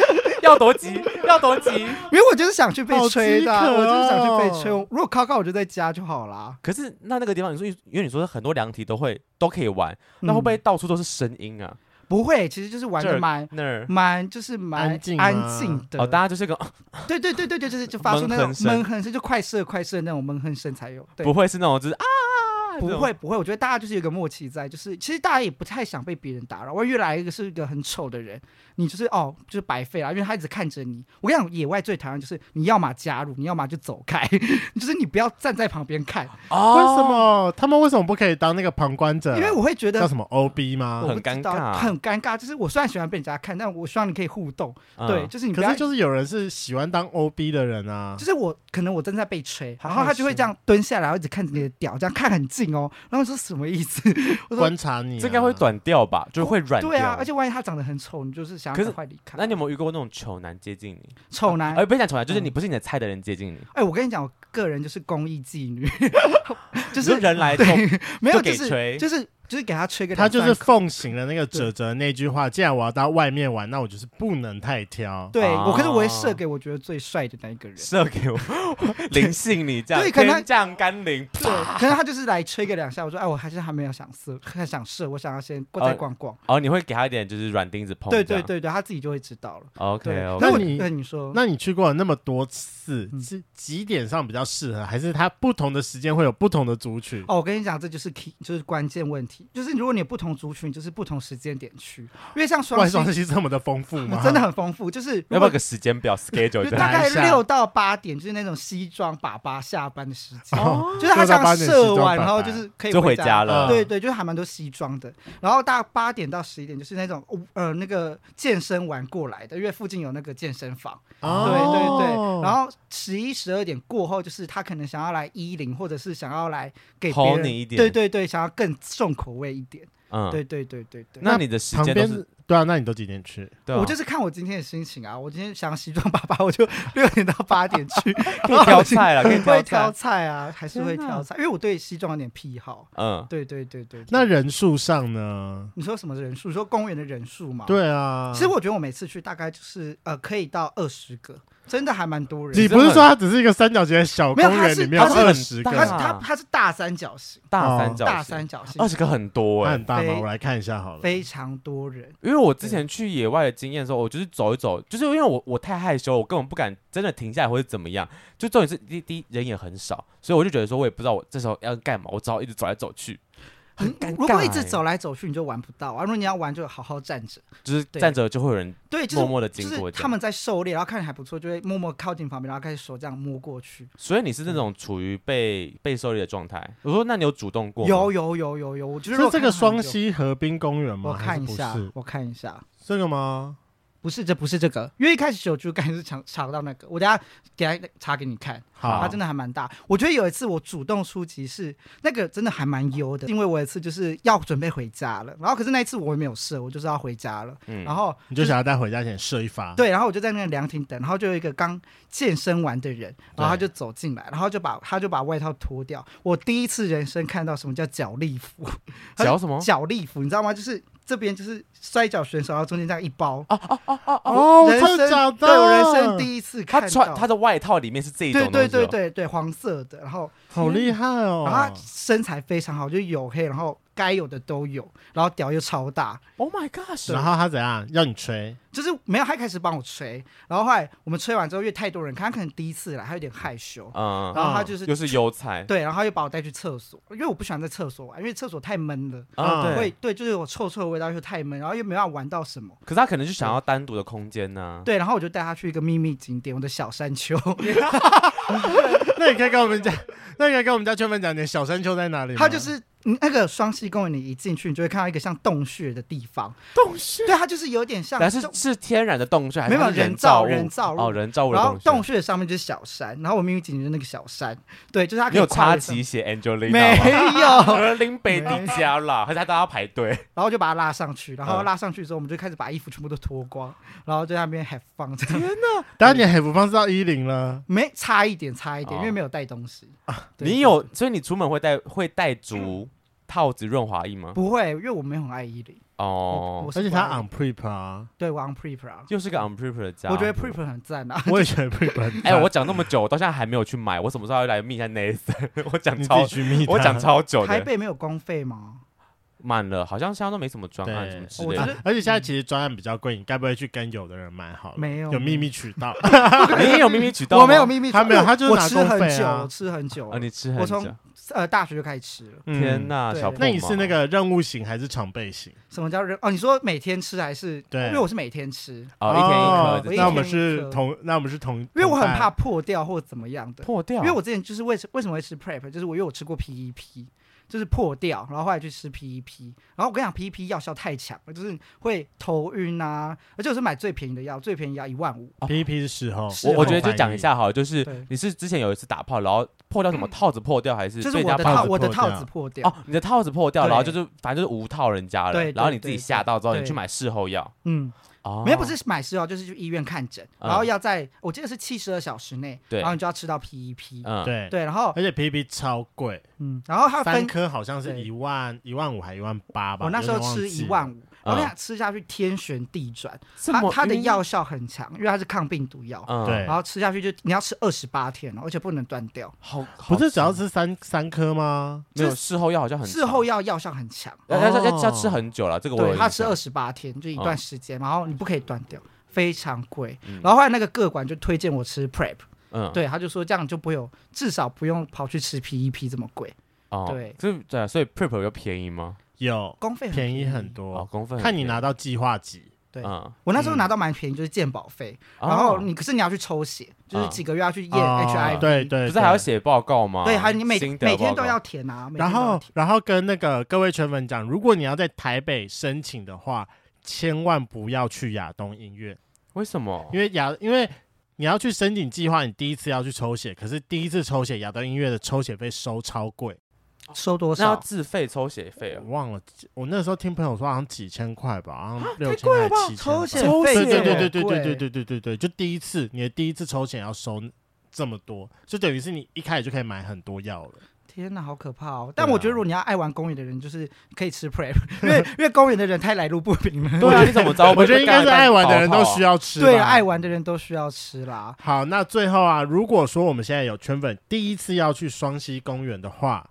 S1: 要多急，要多急。
S3: 因为我就是想去被
S2: 好
S3: 吹的
S2: 饥
S3: 啊，
S2: 渴哦
S3: 我就是想去被吹。我如果敲敲，我就在家就好啦。
S1: 可是那那个地方，你说因为你说很多量体都会都可以玩，那会不会
S3: 嗯
S1: 到处都是声音啊？
S3: 不会？其实就是玩
S1: 这
S3: 的
S1: 儿
S3: 蛮
S1: 那儿
S3: 蛮就是蛮
S2: 安静吗
S3: 安静的，
S1: 哦，大家就是个哦
S3: 对对对对对，就是就发出那种
S1: 闷哼声
S3: 闷哼声，就快射快射那种闷哼声才有。对，
S1: 不会是那种就是啊，
S3: 不
S1: 这种
S3: 会不会，我觉得大家就是有一个默契在，就是其实大家也不太想被别人打扰。我越来一个是一个很丑的人，你就是哦就是白费了，因为他一直看着你。我跟你讲，野外最讨厌就是你要么加入，你要么就走开， 就是你不要站在旁边看，
S1: 哦
S2: 为什？么他们为什么不可以当那个旁观者？
S3: 因为我会觉
S2: 啊叫
S3: 得。
S2: 什么 OB 吗
S3: 我？不
S1: 很尴
S3: 知道
S1: 尬啊
S3: 很尴尬。就是我虽然喜欢被人家看，但我希望你可以互动。
S1: 嗯
S3: 对，，就是你不
S2: 可
S3: 要
S2: 是就是有人是喜欢当 OB 的人啊
S3: 就。是我可能我正在被吹，
S2: 好
S3: 然后
S2: 害
S3: 他就会
S2: 羞
S3: 这样蹲下来，然后一直看着你的屌，这样看很近哦。然后我说什么 意思？我说
S2: 观察你啊、
S1: 这应该会短掉吧，就是会软掉。
S3: 对啊，而且万一他长得很丑，你就是想
S1: 可
S3: 要
S1: 是
S3: 赶快离开。
S1: 那你有没有遇过那种丑男接近你？
S3: 丑男？
S1: 哎，不是讲丑男，就是
S3: 嗯
S1: 你不是你的菜的人接近你，
S3: 哎、我跟你讲，我个人就是公益妓女，就
S1: 就是人来就
S3: 对，没有
S1: 就给
S3: 是
S1: 吹
S3: 就是就是给他吹个
S2: 他
S3: 两
S2: 就
S3: 三
S2: 是
S3: 口
S2: 奉行了那个哲哲那句话：既然我要到外面玩，那我就是不能太挑。
S3: 对我，可是我会
S1: 啊
S3: 射给我觉得最帅的那一个人。
S1: 射给我， 灵性你这样，
S3: 对可能
S1: 天降甘霖，
S3: 对，可能他就是来吹个两下，我说哎，我还是还没有想射，还想射，我想要先过再
S1: 哦
S3: 逛逛。
S1: 哦，你会给他一点就是软钉子碰，
S3: 对对对对，他自己就会知道了。
S1: ，OK，
S3: 对
S1: 哦 OK，
S3: 那
S2: 那
S3: 我
S2: 你
S3: 那你说，
S2: 那你去过了那么多次，
S3: 嗯
S2: 是几点上比较适合？还是它不同的时间会有不同的族群？
S3: 哦，我跟你讲，这就是 key，就是关键问题，就是如果你有不同族群，就是不同时间点去，因为像双
S2: 外
S3: 星
S2: 双系这么的丰富吗？
S3: 真的很丰富，就是
S1: 啊要
S3: 如
S1: 不要
S3: 果
S1: 个时间表 schedule
S3: 就
S1: 这
S3: 大
S1: 样？
S3: 概
S2: 一下
S3: 六到八点，就是那种西装爸爸下班的时间，
S2: 哦，
S3: 就是他
S2: 六到八
S3: 想
S2: 点西
S3: 射
S2: 装嗯
S3: 完，
S2: 爸
S3: 然后
S2: 爸
S3: 就是可以
S1: 就回
S3: 家
S1: 家
S2: 了
S1: 了。
S3: 对对，就是还蛮多西装的，然后大八点到十一点就是那种呃那个健身完过来的，因为附近有那个健身房，对
S2: 哦
S3: 对对。然后十一十二点过后，就是他可能想要来一零，或者是想要来给别
S1: 齁
S3: 人
S1: 你一点
S3: 对对对，想要更重口味一点，
S1: 嗯，
S3: 对对对对对。
S1: 那你的时
S2: 旁
S1: 间都是
S2: 边对啊，那你都几点去？
S1: 对啊，，
S3: 我就是看我今天的心情啊，我今天想西装爸爸，我就 六点到八点去
S1: 可以挑菜啊了，可以 挑
S3: 会挑
S1: 菜。
S3: 菜啊，还是会
S1: 天哪
S3: 挑菜，因为我对西装有点癖好。
S1: 嗯，
S3: 对对对对对
S2: 那人数上呢？
S3: 你说什么人数？你说公园的人数吗？。
S2: 对啊，
S3: 其实我觉得我每次去大概就是呃，可以到二十个，真的还蛮多
S2: 你
S3: 人。
S2: 不是说它只是一个三角形的小公
S3: 没有它
S2: 园，
S3: 是
S2: 里面有
S1: 它是很
S2: 二十
S1: 大
S2: 个啊
S3: 它是
S2: 人？
S3: 它它是大三角形，
S1: 大
S2: 哦
S1: 三角，
S3: 大三，角形
S1: 二，十个很多
S2: 它
S1: 哎、
S2: 很大吗？
S3: 非
S2: 我来看一下好了。
S3: 非常多人。
S1: 因为我之前去野外的经验的时候，我就是走一走，就是因为我我太害羞，我根本不敢真的停下来或者怎么样。就重点是第第一人也很少，所以我就觉得说我也不知道我这时候要干嘛，我只好一直走来走去，很尴尬、
S3: 嗯
S1: 欸
S3: 如果一
S2: 欸
S3: 直，走来走去，你就玩不到啊！如果你要玩，就好好站着。
S1: 就是
S3: 对
S1: 站着就会有人
S3: 对，就是
S1: 默默的经
S3: 就
S1: 过
S3: 是
S1: 这样。
S3: 他们在狩猎，然后看着还不错，就会默默靠近旁边，然后开始手这样摸过去。
S1: 所以你是那
S3: 嗯
S1: 种处于被被狩猎的状态。我说，那你有主动过吗？
S3: 有有有有有，我觉得如
S2: 是
S3: 果
S2: 这个
S3: 看很
S2: 双
S3: 久，
S2: 溪河滨公园吗？
S3: 我看一
S2: 还
S3: 下
S2: 是不是，
S3: 我看一下，
S2: 这个吗？
S3: 不是这不是这个，因为一开始有猪肝是查查不到那个，我等下给他查给你看。
S2: 好，
S3: 它真的还蛮大。我觉得有一次我主动出击是那个真的还蛮优的，因为我有一次就是要准备回家了，然后可是那一次我也没有射，我就是要回家了，
S1: 嗯，
S3: 然后
S2: 你就想要带回家前射一发，，
S3: 对，然后我就在那个凉亭等，然后就有一个刚健身完的人，然后他就走进来，然后就把他就把外套脱掉。我第一次人生看到什么叫脚力服，它
S1: 脚什么？
S3: 脚力服你知道吗？就是这边就是摔跤选手，然后中间这样一包。
S2: 哦，我
S3: 人
S2: 突然
S3: 生
S2: 想
S3: 对
S2: 到，
S3: 我人生第一次看
S1: 他
S3: 到，
S1: 穿他的外套里面是这一种
S3: 对
S1: 东西、哦，
S3: 对对对对黄色的，然后
S2: 好厉害
S3: 然后他
S2: 哦，
S3: 身材非常好，就黝黑，然后该有的都有，然后屌又超大，
S1: ，Oh my gosh！
S2: 然后他怎样要你 吹？
S3: 就是没有，他开始帮我吹，然后后来我们吹完之后，因为太多人看，他可能第一次来，他有点害羞，
S1: 嗯，
S3: 然后他就是、
S1: 又是邮差，
S3: 对，然后他又把我带去厕所，因为我不喜欢在厕所玩，因为厕所太闷了，
S1: 啊，
S2: 嗯
S3: 会
S1: 对。
S3: 对，就是有臭臭的味道又太闷，然后又没办法玩到什么，
S1: 可是他可能就想要单独的空间啊呢、
S3: 对，然后我就带他去一个秘密景点，我的小山丘，
S2: 那你可以跟我们讲，那你可以跟我们家圈粉讲，你的小山丘在哪里吗？
S3: 它就是你那个双溪公园，你一进去，你就会看到一个像洞穴的地方，
S1: 洞穴，
S3: 对，它就是有点像
S1: 但是
S3: 洞
S1: 是天然的洞穴还是
S3: 没有
S1: 它是
S3: 人
S1: 人
S3: 造
S1: 物
S3: 人造物
S1: 哦，人造物的
S3: 然后洞
S1: 洞穴。
S3: 穴上面就是小山，然后我秘密景点就是那个小山，对，就是它可
S1: 你
S3: 以
S1: 有
S3: 跨
S1: 插
S3: 越上
S1: 旗写 Angelina
S3: 没
S1: 吗？
S3: 有，
S1: 格林北地加啦，还是他大家排队？
S3: 然后就把它拉上去，然后
S1: 嗯
S3: 拉上去之后，我们就开始把衣服全部都脱光，然后在那边 have fun，这样
S2: 当然你海服放是到一零了，
S3: 没差一点，差一点，
S1: 哦
S3: 因为没有带东西。对嗯
S1: 你有，所以你出门会带会带足套子润滑液吗？
S3: 不会？因为我没有很爱伊犁，我
S1: 哦
S3: 我，
S2: 而且
S3: 是不爱
S2: 他 on prep 啊，
S3: 对我 on prep 啊，
S1: 又是个 unprepared 的家伙。
S3: 我觉得 prep 很赞啊。
S2: 我也觉得 prep 很
S1: 哎、
S2: 赞
S1: 我讲那么久，我到现在还没有去买，我什么时候要来密一下 Nathan？我 讲
S2: 你自
S1: 超
S2: 己，去密他，
S1: 我讲超久
S3: 台
S1: 的，
S3: 北没有公费吗？
S1: 满了，好像现在都没什么专案
S2: 对
S1: 什么之
S3: 我
S1: 类
S3: 觉
S1: 的。
S2: 啊
S3: 得
S2: 而且现在其实专案比较贵，你该不会去跟有的人买好了？
S3: 没有
S2: 有秘密渠 道。
S1: 你也有秘密渠道吗？
S3: 我没有秘密，
S2: 他没有他就是
S3: 我
S2: 拿
S3: 吃
S2: 公
S3: 很
S2: 费
S3: 久，
S2: 啊
S3: 我吃很久
S1: 啊，
S3: 了，
S1: 你吃很
S3: 我
S1: 久
S3: 从。呃大学就开始吃了。
S1: 天呐，
S3: 对
S1: 小破
S2: 那你是
S1: 毛啊
S2: 那个任务型还是常备型？
S3: 什么叫人？哦，你说每天吃还是？
S2: 对
S3: 因为我是每天吃，
S1: 哦，一天一
S2: 哦
S1: 颗这
S3: 我一
S1: 种，
S2: 那我们
S3: 天一
S2: 是
S3: 颗
S2: 同，那我们是同，因
S3: 因为我很怕破掉或怎么样的。
S1: 破掉，
S3: 因为我之前就是为什为什么会吃 prep，就是我因为我吃过 PEP，就是破掉，然后后来去吃 PEP，然后我跟你讲 PEP 药效太强了，就是会头晕啊，而且我是买最便宜的药，最便宜药一万五，
S2: P P 是时候，
S3: 是
S1: 我我
S3: 后
S1: 觉得
S2: 反
S1: 就讲一
S2: 应，
S1: 下好了，就是
S3: 对
S1: 你是之前有一次打炮，然后破掉什么套子破掉还是
S3: 就是
S1: 被人家
S3: 我的
S1: 炮
S3: 套
S2: 子
S3: 我的
S2: 破
S3: 套
S2: 掉
S3: 子破掉
S1: 哦，，你的套子破掉，
S3: 对
S1: 然后就是反正就是无套人家了
S3: 对，对
S1: 然后你自己
S3: 对
S1: 吓到之后，
S3: 对
S1: 你去买事后药
S3: 嗯，
S1: 哦，
S3: 没有不是买是药，就是去医院看诊，
S1: 嗯
S3: 然后要在我记得是七十二小时内，
S1: 对
S3: 然后你就要吃到 PEP，
S1: 嗯，
S2: 对，
S3: 对，然后
S2: 而且 P P 超贵，
S3: 嗯，然后它
S2: 三
S3: 分
S2: 颗好像是
S3: 对
S2: 一万、一万五还一万八吧。
S3: 我那时候
S2: 有点忘
S3: 吃
S2: 记
S3: 一
S2: 了，
S3: 万五，我跟你
S1: 嗯
S3: 讲吃下去天旋地转，
S1: 这
S3: 它
S1: 么
S3: 它的
S1: 晕
S3: 药效很强，因为它是抗病毒药，
S1: 嗯
S2: 对
S3: 然后吃下去就你要吃二十八天哦，而且不能断掉。
S1: 好好
S2: 不是只要吃三三颗吗？
S1: 没有事后药好像很
S3: 事后药药效很强，
S1: 要要要
S2: 哦
S1: 要吃很久了，这个我有
S3: 对，
S1: 印
S3: 它吃
S1: 象
S3: 二十八天，就一段时间，然后你不可以断掉，非常贵。
S1: 嗯
S3: 然后后来那个个管就推荐我吃 prep，
S1: 嗯
S3: 对，他就说这样就不会有，至少不用跑去吃 PEP 这么贵，
S1: 哦
S3: 对
S1: 这对啊，所以 prep 有便宜吗？
S2: 有
S3: 公费
S2: 便宜很
S1: 哦，
S2: 多，
S1: 公费很
S2: 看你
S1: 便宜
S2: 拿到计划级，
S3: 对
S1: 嗯，
S3: 我那时候拿到蛮便宜，就是健保费，
S1: 哦
S3: 然后你可是你要去抽血，就是
S1: 嗯
S3: 几个月要去验
S2: 哦
S3: HIV，
S2: 对对，
S1: 不是还要
S2: 对
S1: 写报告吗？
S3: 对，还有你每
S1: 哦心得
S3: 每天
S1: 报
S3: 都
S1: 告
S3: 要填啊，每
S2: 然
S3: 天都要
S2: 后
S3: 填，
S2: 然后跟那个各位圈粉讲，如果你要在台北申请的话，千万不要去亚东音乐，
S1: 为什么？
S2: 因为亚因为你要去申请计划，你第一次要去抽血，可是第一次抽血亚东音乐的抽血费收超贵，
S3: 收多
S1: 那要
S3: 少？
S1: 自费抽血费哦
S2: 我。忘了，我那时候听朋友说好像几千块吧，好像六千还七千吧，
S3: 抽血
S1: 抽
S3: 费
S1: 血
S2: 对对
S3: 也
S2: 对对
S3: 很
S2: 对对对
S3: 贵
S2: 对对对对，就第一次你的第一次抽血要收这么多，就等于是你一开始就可以买很多药了。
S3: 天哪，好可怕哦！但
S2: 对啊
S3: 我觉得，如果你要爱玩公园的人，就是可以吃 prep，因 为因为公园的人太来路不明 了。
S1: 对啊，你怎么知道？
S2: 我觉得应该是爱玩的人都需
S1: 要。
S2: 要吃吧，
S3: 对啊，爱玩的人都需要吃啦。
S2: 好，那最后啊，如果说我们现在有圈粉第一次要去双溪公园的话，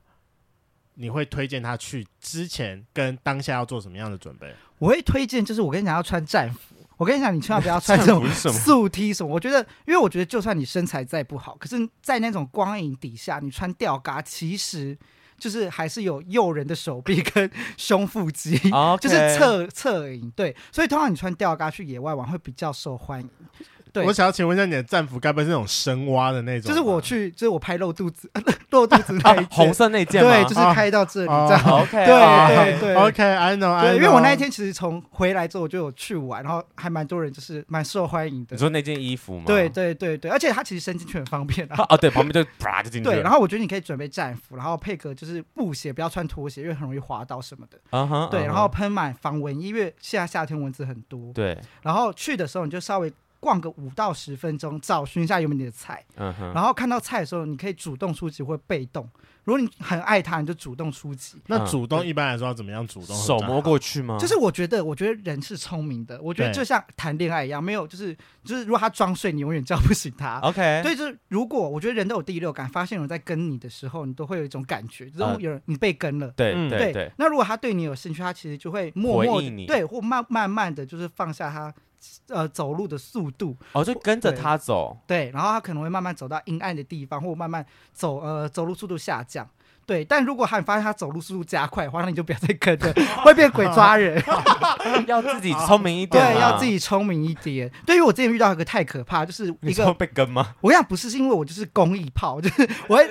S2: 你会推荐他去之前跟当下要做什么样的准备？
S3: 我会推荐，就是我跟你讲要穿战服。我跟你讲，你千万不要穿这种
S1: 不是什么
S3: 素 T 什么。我觉得，因为我觉得，就算你身材再不好，可是，在那种光影底下，你穿吊嘎，其实就是还是有诱人的手臂跟胸腹 肌。
S1: o
S3: 就是侧侧影，对，所以通常你穿吊嘎去野外玩会比较受欢迎。对
S2: 我想要请问一下，你的战服该不会是那种深挖的那种吧？
S3: 就是我去，就是我拍露肚子、 露肚子那一
S1: 啊
S3: 件，
S1: 哦 红色那件
S3: 哎对，
S1: 吗？哦
S3: 就是
S2: 啊
S3: 开到这里
S2: 啊
S3: 这样。
S1: o k
S3: 对
S2: 啊
S3: 对 对
S2: OK，I know，I know。
S3: 对，因为我那一天其实从回来之后我就有去玩，然后还蛮多人，就是蛮受欢迎
S1: 你
S3: 的。
S1: 说那件衣服吗？
S3: 对对对对，而且它其实伸进去很方便啊。
S1: 啊，哦对，旁边 就啪就进去了。
S3: 对，然后我觉得你可以准备战服，然后配个就是布鞋，不要穿拖鞋，因为很容易滑倒什么的。
S1: 嗯哼，嗯
S3: 对，
S1: 哼
S3: 然后喷满防蚊衣，因为现在夏天蚊子很多。
S1: 对，
S3: 然后去的时候你就稍微逛个五到十分钟，找寻一下有没有你的菜。
S1: 嗯哼，
S3: 然后看到菜的时候，你可以主动出击或被动。如果你很爱它，你就主动出击。
S2: 那主动一般来说要怎么样主动？
S1: 嗯手摸过去吗？
S3: 就是我觉得，我觉得人是聪明的。我觉得
S2: 对
S3: 就像谈恋爱一样，没有就是就是，如果他装睡，你永远叫不醒 他。
S1: 啊 OK，
S3: 对，就是如果我觉得人都有第六感，发现有人在跟你的时候，你都会有一种感觉，就是
S1: 嗯
S3: 哦有人你被跟了。
S1: 对
S2: 嗯
S1: 对对，
S3: 那如果他对你有兴趣，他其实就会默默
S1: 回应你
S3: 地对，或慢慢慢的就是放下他呃走路的速度，
S1: 哦，就跟着他 走。
S3: 对，然后他可能会慢慢走到阴暗的地方，或慢慢走，呃，走路速度下降。对，但如果他发现他走路速度加快的话，那你就不要再跟了，会变鬼 抓人。
S1: 要自己聪明一
S3: 对
S1: 点啊，，
S3: 要自己聪明一点。对于我之前遇到一个太可怕，就是
S1: 你
S3: 一
S1: 说
S3: 个，
S1: 被跟吗？
S3: 我想不是是因为我就是公益炮，就是 我会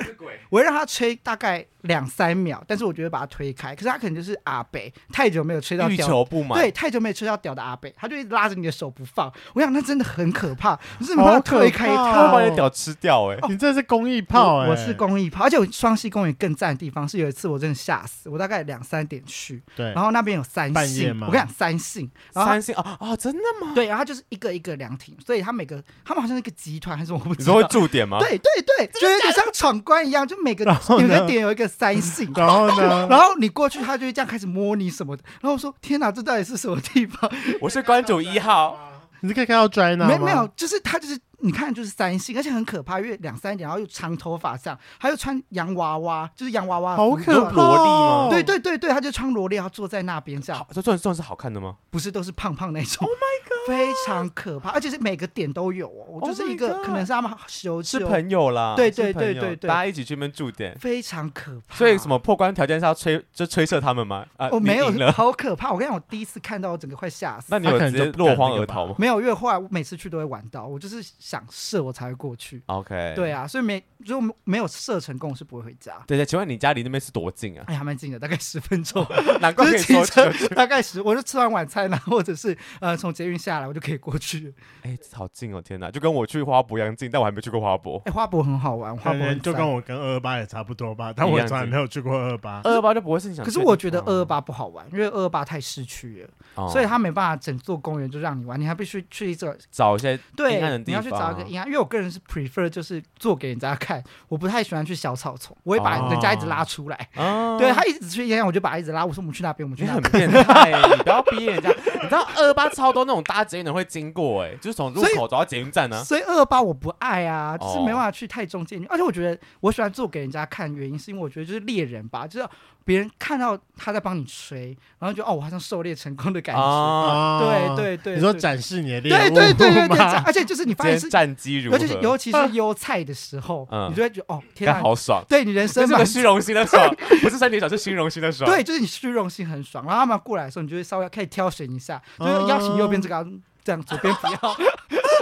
S3: 我会让他吹大概两三秒，但是我觉得把他推开，可是他可能就是阿北太久没有吹到
S1: 欲
S3: 屌
S1: 求不满，
S3: 对，太久没吹到屌的阿北，他就一直拉着你的手不放。我想那真的很可怕，你是没
S2: 好
S3: 办法
S2: 可
S3: 推开
S2: 怕
S1: 他
S3: 他哦
S1: 会。把你的屌吃掉哎。
S2: 你这是公益炮哎！
S3: 我我是公益炮，而且我双溪公园更赞的地方是有一次我真的吓死，我大概两三点去，
S2: 对
S3: 然后那边有三
S2: 半夜
S3: 姓，
S2: 吗
S3: 我跟你讲三姓，然后
S1: 三星啊啊，真的吗？
S3: 它对，然后它就是一个一个凉亭，所以他每个他们好像是一个集团还是我不
S1: 你
S3: 知
S1: 说
S3: 道
S1: 会，驻点吗？
S3: 对对对，就有点像闯关一样，就每个
S2: 然后
S3: 每
S2: 呢
S3: 个点有一个三姓。
S2: 然后呢？
S3: 然后你过去，他就会这样开始摸你什么的。然后我说：“天哪，这到底是什么地方？
S1: 我是关主一号，
S2: 你是可以看到 d r y n a
S3: 没没有，就是他就是你看就是三星，而且很可怕，因为两三点，然后又长头发这样，他又穿洋娃娃，就是洋娃娃的
S2: 好
S3: 服
S2: 可
S3: 装
S2: 怕
S1: 萝莉吗
S2: 哦！
S3: 对对对对，他就穿萝莉，然后坐在那边这样
S1: 好，，这算算是好看的吗？
S3: 不是都是胖胖那种。Oh my god！非 常可怕，而且是每个点都有哦，我
S1: Oh
S3: 就是一
S1: my
S3: 个
S1: god
S3: 可能是他们修
S1: 是
S3: 修
S1: 朋友啦，
S3: 对
S1: 是
S3: 对
S1: 朋
S3: 对
S1: 友
S3: 对对
S1: 大家一起去那边驻点。
S3: 非常可怕。
S1: 所以什么破关条件是要吹就吹射他们吗？啊，你
S3: 我哦没有
S1: 赢，了，
S3: 好可怕！我跟你讲，我第一次看到，我整个快吓死。
S1: 那你有
S2: 他可
S1: 直
S2: 能
S1: 接
S2: 就不
S1: 落
S2: 敢
S1: 荒
S2: 那个
S1: 而
S2: 吧
S1: 逃吗
S3: 没有，因为后来我每次去都会玩到，我就是想射我才会过去。
S1: ？OK，
S3: 对啊，所以没如果没有射成功，我是不会回家。
S1: 对对，请问你家离那边是多近 啊？
S3: 哎，还蛮近的，大概十分钟。
S1: 难怪
S3: 就
S1: 可
S3: 是
S1: 以
S3: 骑
S1: 说
S3: 车，大概十，我就吃完晚餐啦，或者是呃从捷运下来，我就可以过去。
S1: 哎，好近哦！天哪，就跟我去花博一样近，但我还没去过花博。
S3: 哎，花博很好玩，花
S2: 可
S3: 博很
S2: 哎能就
S3: 赞
S2: 跟我跟二二八也差不多吧，但我也从来没有去过二二八。
S1: 二二八就不会是你想
S3: 可
S1: 去
S3: 是
S1: 的地方啊。
S3: 我觉得二二八不好玩，因为二二八太市区了，
S1: 哦，
S3: 所以它没办法整座公园就让你玩，你还必须去一个
S1: 找一些阴暗的
S3: 对，
S1: 地
S3: 你要去找一个
S1: 方
S3: 阴暗。因为我个人是 prefer 就是做给人家看，我不太喜欢去小草丛，我会把人家一直拉出来。
S1: 啊
S3: 对他一直去阴暗，我就把他一直拉。我说我们去那边，我们去
S1: 你
S3: 那
S1: 很
S3: 边。
S1: 变态欸，你不要逼人家。你知道二八超多那种搭捷运的会经过，哎，就是从路
S3: 所以
S1: 口走到捷运站呢。
S3: 所以二八我不爱啊，就是
S1: 哦
S3: 没办法去太中间。而且我觉得我喜欢做给人家看，原因是因为我觉得就是猎人吧，就是别人看到他在帮你吹，然后就哦，我好像狩猎成功的感觉。哦
S1: 啊，
S2: 啊
S3: 呃对对对，
S2: 你说
S3: 对
S2: 展示你的猎
S3: 对
S2: 物
S3: 对对对 对，
S2: 吗？
S3: 而且就是你
S1: 哦今
S3: 发现
S1: 天
S3: 是，
S1: 战机如何
S3: 尤其？是尤其是优菜的时候，
S1: 嗯
S3: 你就会觉得哦，天
S1: 但
S3: 啊，
S1: 好爽，
S3: 对你人
S1: 这
S3: 生
S1: 是
S3: 嘛
S1: 个。虚荣心的爽， 不是身体爽，是虚荣心的爽。
S3: 对，就是你虚荣心很爽，然后他们过来的时候，你就会稍微可以挑选一下，
S1: 哦
S3: 就是邀请右边这个啊，这样左边不要，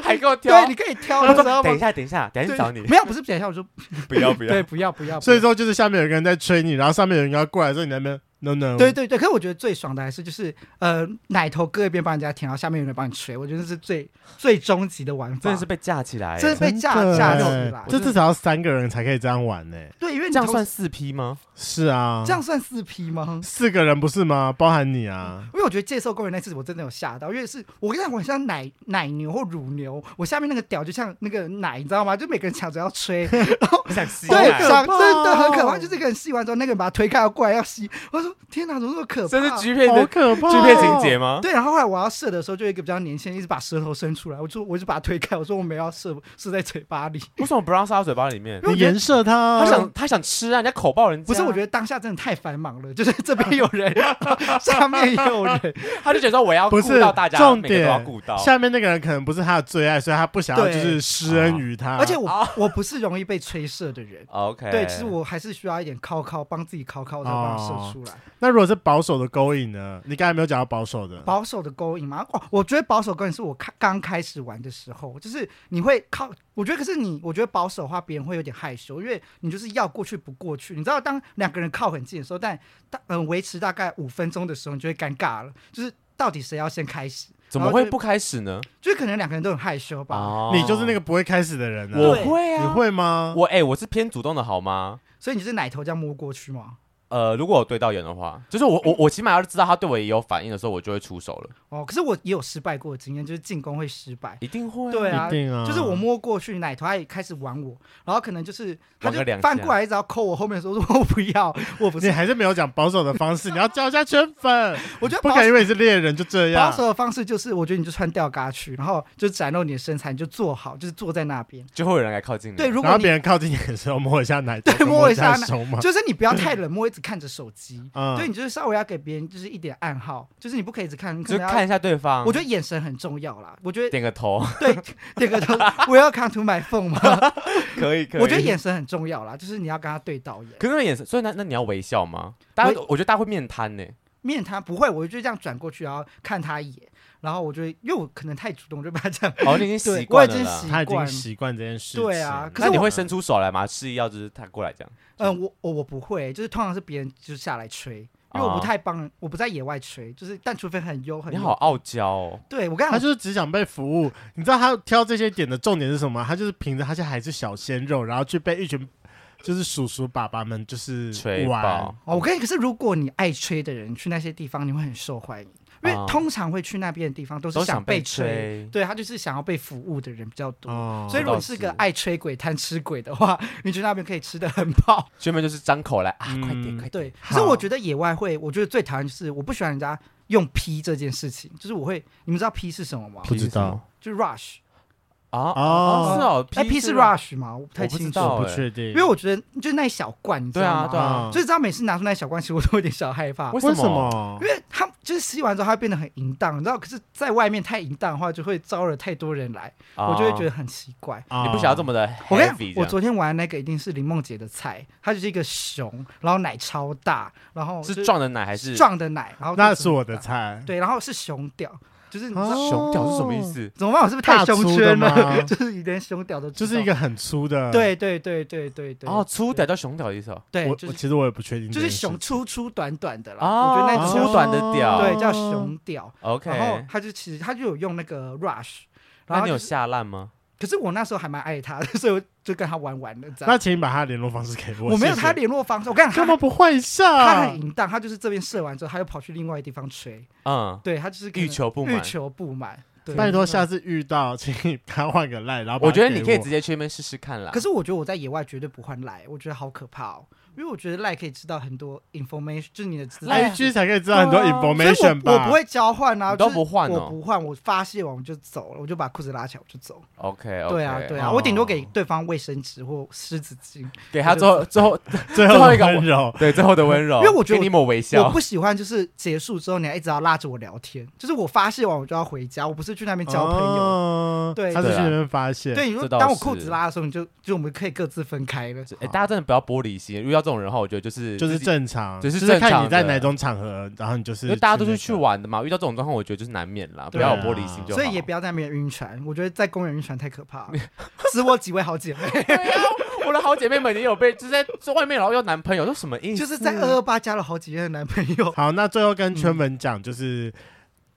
S1: 还给我 挑
S3: 对，。你可以挑，
S1: 他
S3: 你知
S1: 说
S3: 道吗
S1: 等一？下，等一下，等一下去
S3: 对
S1: 找你。
S3: 没有，不是等一下，我说
S1: 不要不要
S3: 对，，不要不要，不
S2: 所以
S3: 要
S2: 说就是下面有一个人在吹你，然后上面有人要过来，说你在那边 no
S1: 嗯
S2: no。
S3: 对对对，可是我觉得最爽的还是就是呃，奶头割一边帮人家舔，然后下面有人帮你吹，我觉得这是最最终极的玩法，
S1: 真的是被架起来欸。
S3: 真的被架
S2: 真的
S3: 架起
S2: 欸
S3: 来。
S2: 这至少要三个人才可以这样玩呢。
S3: 对，因为你
S1: 这样
S3: 同
S1: 算
S3: 时
S1: 四 P 吗？
S2: 是啊，
S3: 这样算四 P 吗？
S2: 四个人不是吗？包含你啊。
S3: 因为我觉得介兽公园那次我真的有吓到，因为是我跟你讲，我很像奶奶牛或乳牛，我下面那个屌就像那个奶，你知道吗？就每个人抢着 要吹，
S1: 我想吸
S3: 对，
S1: 奶，
S3: 想真的很可
S2: 可怕
S3: 怕。
S2: 哦
S3: 就这个人吸完之后，那个人把他推开要过来要吸，我说天哪，怎么那么可怕？
S1: 这是 G 片的
S2: 好可怕、哦！
S1: G 片情节吗？
S3: 对，然后后来我要射的时候，就有一个比较年轻人一直把舌头伸出来，我就我就把他推开，我说我没有要射，射在嘴巴里。
S1: 为什么不让塞到嘴巴里面？
S2: 你颜射他啊，
S1: 他想他想吃啊，人家口爆人家。
S3: 不是，我觉得当下真的太繁忙了，就是 这边有人，下面也有人，
S1: 得他就觉得说我要
S2: 不
S1: 顾
S2: 是
S1: 到大家，
S2: 重
S1: 每个都要
S2: 点
S1: 顾到。
S2: 下面那个人可能不是他的最爱，所以他不想要就
S3: 对
S2: 是施恩于他。
S3: 而且我、我不是容易被吹射的人。
S1: OK，
S3: 对，其实我还是需要一点靠靠，帮自己靠靠，才把它射出来。
S2: 那如果是保守的勾引呢？你刚才没有讲到保守的，
S3: 保守的勾引嘛，哦，我觉得保守勾引是我开刚开始玩的时候，就是你会靠，我觉得可是你，我觉得保守的话，别人会有点害羞，因为你就是要过去不过去。你知道，当两个人靠很近的时候，但但嗯维持大概五分钟的时候，你就会尴尬了，就是到底谁要先开始？
S1: 怎么
S3: 然后
S1: 会
S3: 就
S1: 不开始呢？
S3: 就是可能两个人都很害羞吧。
S1: 哦
S2: 你就是那个不会开始的人啊。
S1: 我
S3: 对
S1: 会
S2: 你
S1: 啊，
S2: 会吗？
S1: 我哎、我是偏主动的好吗？
S3: 所以你是奶头这样摸过去吗
S1: 呃，如果我对到眼的话，就是我我我起码要知道他对我也有反应的时候，我就会出手了，
S3: 哦，可是我也有失败过的经验，就是进攻会失败。
S1: 一定会、
S3: 对啊
S2: 一定啊，
S3: 就是我摸过去，奶头他也开始玩我，然后可能就是他
S1: 玩
S3: 就
S1: 个两
S3: 翻
S1: 下
S3: 过来一直要抠我后面的时候，我 说我不要，我不
S2: 你
S3: 是，
S2: 还是没有讲保守的方式，你要教一下圈粉，
S3: 我觉得
S2: 不
S3: 保
S2: 可以因为你啊是猎人就这
S3: 保
S2: 样。
S3: 守的方式就是，我觉得你就穿吊嘎去，然后就展露你的身材，你就坐好，就是坐在那边。
S1: 就会有人来靠近你。
S3: 对，，
S2: 然
S3: 如果
S2: 后
S3: 你
S2: 别人靠近你的时候摸一下 奶头，
S3: 对
S2: 跟
S3: 摸
S2: 摸
S3: 一下奶
S2: 手嘛。
S3: 就是你不要太冷漠，一直看着手机。
S2: 嗯
S3: 对，你就是稍微要给别人就是一点暗号，就是你不可以一直看，你可
S1: 就
S3: 能要
S1: 看一下对方。
S3: 我觉得眼神很重要啦。我觉得
S1: 点个头，
S3: 对这个头，我要 come to my phone 嘛。
S1: 可以可以。
S3: 我觉得，眼神很重要啦，就是你要跟他对到眼，
S1: 可是那个眼神，所以那那你要微笑吗？大家，我觉得大家会面瘫呢、
S3: 面他不会，我就这样转过去，然后看他一眼，然后我就因为我可能太主动，就把他 这样。
S1: 哦，你已经习
S3: 对，我
S1: 惯
S3: 已
S1: 了
S3: 经
S1: 啦。
S3: 习
S2: 他已经
S3: 惯。
S2: 习惯这件事情。
S3: 对啊可
S1: 那
S3: 是
S1: 你
S3: 我
S1: 会伸出手来吗？示意要就是他过来这样。
S3: 嗯，我我我不会，就是通常是别人就是下来吹，因为我
S1: 哦
S3: 不太帮人，我不在野外吹，就是但除非很优很
S1: 你
S3: 优。
S1: 好，傲娇哦，
S3: 对我跟
S2: 他
S3: 你讲，
S2: 就是只想被服务。你知道他挑这些点的重点是什么吗？他就是凭着他现在还是小鲜肉，然后去被一群就是叔叔爸爸们就是
S1: 吹
S2: 玩
S1: 爆。
S3: 哦，我跟你，可是如果你爱吹的人去那些地方，你会很受欢迎，因为
S1: 哦
S3: 通常会去那边的地方都是
S1: 都
S3: 想
S1: 被
S3: 吹，。对他就是想要被服务的人比较多。
S2: 哦
S3: 所以，如果你是个爱吹鬼、贪吃鬼的话，你去那边可以吃的很饱。
S1: 学妹就是张口来啊，
S2: 嗯
S1: 快点快点。
S3: 对，可
S2: 好
S3: 是我觉得野外会，我觉得最讨厌就是我不喜欢人家用 P 这件事情，就是我会，你们知道 P 是什么吗？
S2: 不知道
S3: 就是 rush，
S1: 啊
S2: 哦
S1: 哦，是哦
S3: 哎
S1: ，P
S3: ，P 是 rush 吗？我不太
S1: 我不
S3: 清
S1: 知
S3: 楚。
S1: 道
S2: 我不
S1: 欸
S2: 确定，
S3: 因为我觉得就是那一小罐，你知
S1: 对
S3: 道
S1: 啊
S3: 吗？
S1: 对啊
S2: 嗯，
S3: 就是知道每次拿出那一小罐，其实我都有点小害怕，
S1: 为
S2: 为
S1: 什么
S2: 什么
S3: 因？为它就是吸完之后，它会变得很淫荡，你知道？可是，在外面太淫荡的话，就会招惹太多人来，
S1: 啊
S3: 我就会觉得很奇怪。
S2: 啊
S1: 你不想要这么的
S3: 我跟你
S1: heavy
S3: 讲，我
S1: 这样
S3: 昨天玩的那个一定是林梦洁的菜，它就是一个熊，然后奶超大，然后就是
S1: 撞的奶还是
S3: 壮的奶，然后
S2: 那
S3: 就是
S2: 我的菜。
S3: 对，然后是熊屌，就是你知道、
S2: 哦
S1: 熊屌是什么意思？
S3: 怎么办？我是不是太
S2: 大粗
S3: 胸
S2: 的
S3: 圈了？
S2: 吗
S3: 就是有点熊屌的，
S2: 就是一。个很粗的。
S3: 对对对对对对，
S1: 哦，粗屌叫熊屌的意思哦，
S3: 对，
S2: 我
S3: 哎就
S2: 我
S3: 是
S2: 其实我也不确定这
S3: 就
S2: 件
S3: 是
S2: 事情，
S3: 熊粗粗短短的啦，我觉得那
S1: 哦，
S3: 种
S1: 粗短的屌。
S3: 对，
S2: 哦
S3: 叫熊屌。然后
S1: ，OK。
S3: 他就其实他就有用那个 rush，
S1: 那
S3: 然后
S1: 你
S3: 就
S1: 有
S3: 是
S1: 下烂吗？
S3: 可是我那时候还蛮爱他的， 所以我就跟他玩玩的这样。
S2: 那请你把他的联络方式给我。
S3: 我没有
S2: 谢谢
S3: 他，联络方式，我跟你讲
S2: 干
S3: 他
S2: 嘛不换一
S3: 他
S2: 下
S3: 很？淫荡，他就是这边射完之后，他又跑去另外地方吹，
S1: 嗯，
S3: 对他就是可能
S1: 欲求不
S3: 欲
S1: 满。
S3: 求不满。对，
S2: 拜托，下次遇到，请你他换个赖，然后把
S1: 我觉得
S2: 给
S1: 你可以直接去那边试试看啦。
S3: 可是我觉得我在野外绝对不换赖，我觉得好可怕哦，因为我觉得赖可以知道很多 information，就是你的资料。哎
S2: IG 才可以知道很多
S1: 对啊
S3: 啊所以
S2: information
S3: 我
S2: 吧？
S3: 我不会交换啊，
S1: 你都
S3: 就是
S1: 不换哦
S3: 我不换，我发泄完我就走了，我就把裤子拉起来我就走。
S1: OK，OK，
S3: 对啊，对啊，
S2: 哦
S3: 我顶多给对方卫生纸或湿纸巾，
S1: 给他最后最后
S2: 最
S1: 最
S2: 后
S1: 后一
S2: 一
S1: 个
S2: 个
S1: 我
S2: 温柔
S1: 对最后的温柔，
S3: 因为我觉得
S1: 给你一抹微
S3: 我
S1: 笑
S3: 不。喜欢就是结束之后你还一直要拉着我聊天，就是我发泄完我就要回家，我不是去那边交朋友。
S2: 哦友
S3: 对
S2: 他是去
S1: 对啊
S2: 那边发现，
S3: 对，你说
S1: 这倒
S3: 当我
S1: 是
S3: 裤子拉的时候，你就就我们可以各自分开了。
S1: 哎，大家真的不要玻璃心，遇到这种人的话，我觉得就是
S2: 就是
S1: 自己
S2: 正常，
S1: 就是
S2: 就是
S1: 正常
S2: 看
S1: 的
S2: 你在哪种场合，然后你就是
S1: 因为大家都是
S2: 那
S1: 去
S2: 个，
S1: 玩的嘛，遇到这种状况，我觉得就是难免啦，不
S2: 对
S1: 要
S2: 啊
S1: 有玻璃心就好。
S3: 所以也不要在那边晕船，我觉得在公园晕船太可怕了， 死我几位好姐妹，
S1: 我的好姐妹们也有被就是在在外面，然后要男朋友，说什么意思？
S3: 哎就是在二二八交了好几任男朋友。
S2: 好，那最后跟圈粉讲，就是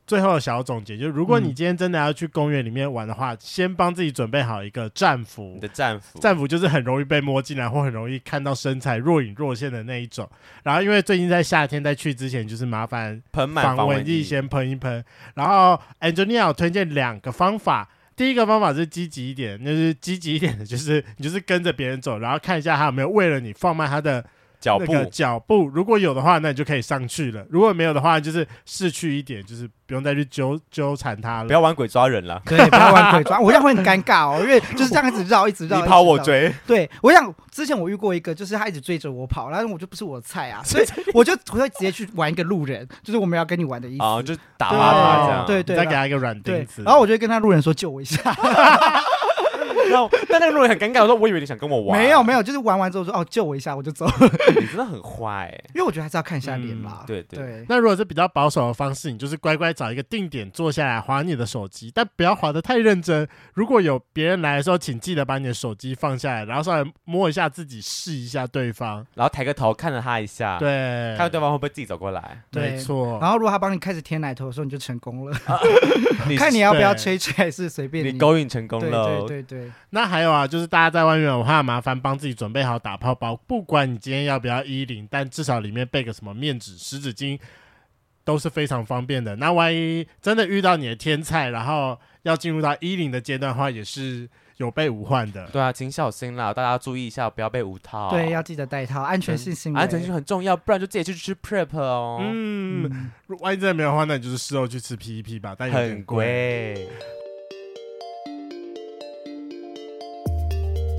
S2: 最后的小总结，就是如果你今天真的要去公园里面玩的话，先帮自己准备好一个战服
S1: 你。的战俘，
S2: 战服就是很容易被摸进来，或很容易看到身材若隐若现的那一种。然后，因为最近在夏天在去之前，就是麻烦
S1: 盆满
S2: 防
S1: 蚊
S2: 蚊
S1: 疫
S2: 液先喷一喷。然后 Angelina 有推荐两个方法，第一个方法是积极一点，就是积极一点的，就是你就是跟着别人走，然后看一下他有没有为了你放慢他的
S1: 脚
S2: 那
S1: 步
S2: 个脚步。如果有的话，那你就可以上去了；如果没有的话，就是逝去一点，就是不用再去纠纠缠他
S1: 不
S2: 了。
S1: 要玩鬼抓人了，
S3: 对，不要玩鬼抓，我这样会很尴尬哦，因为就是这样一直绕，一直
S1: 你
S3: 绕，一直
S1: 跑我
S3: 绕。
S1: 追，
S3: 对，我想之前我遇过一个，就是他一直追着我跑，然后我就不是我的菜啊，所以我就我会直接去玩一个路人，就是我们要跟你玩的意思。
S1: 啊，就打
S2: 对
S1: 趴他这样，
S3: 对
S2: 你再给他一个软钉
S3: 对
S2: 子，，
S3: 然后我就会跟他路人说救我一下，
S1: 然然后但那个路人很尴尬，我说我以为你想跟我玩，
S3: 没有没有，就是玩完之后说哦救我一下我就走，
S1: 有，你真的很坏、欸，
S3: 因为我觉得还是要看一下脸
S1: 嗯
S3: 啦。
S1: 对对。
S3: 对，
S2: 那如果是比较保守的方式，你就是乖乖找一个定点坐下来划你的手机，但不要划得太认真。如果有别人来的时候，请记得把你的手机放下来，然后稍微摸一下自己，试一下对方。
S1: 然后抬个头看着他一下，，
S2: 对，
S1: 看看对方会不会自己走过 来，
S3: 对
S2: 没错。
S3: 然后如果他帮你开始贴奶头的时候，你就成功了。
S1: 你
S3: 看你要不要
S2: 对
S3: 吹吹，还是随便
S1: 你勾引成功
S3: 对
S1: 了，
S3: 对对对，
S2: 那还有啊，就是大家在外面有怕麻烦，帮自己准备好打泡包。不管你今天要不要衣领，但至少里面备个什么面纸、湿纸巾，都是非常方便的。那万一真的遇到你的天菜，然后要进入到衣领的阶段的话，也是有备无患的。
S1: 对啊，请小心啦，大家注意一下，不要被无套。
S3: 对要记得带套，安全性行为，
S1: 安全性很重要，不然就自己去吃 prep 哦，
S2: 嗯，
S3: 嗯，
S2: 如万一真的没有的话，那你就是事后去吃 PEP 吧，但有点
S1: 很
S2: 贵。
S1: 贵。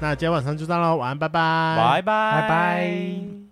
S2: 那今天晚上就这样喽，晚安，拜拜，
S1: 拜拜
S3: 哎拜
S1: 拜
S3: 拜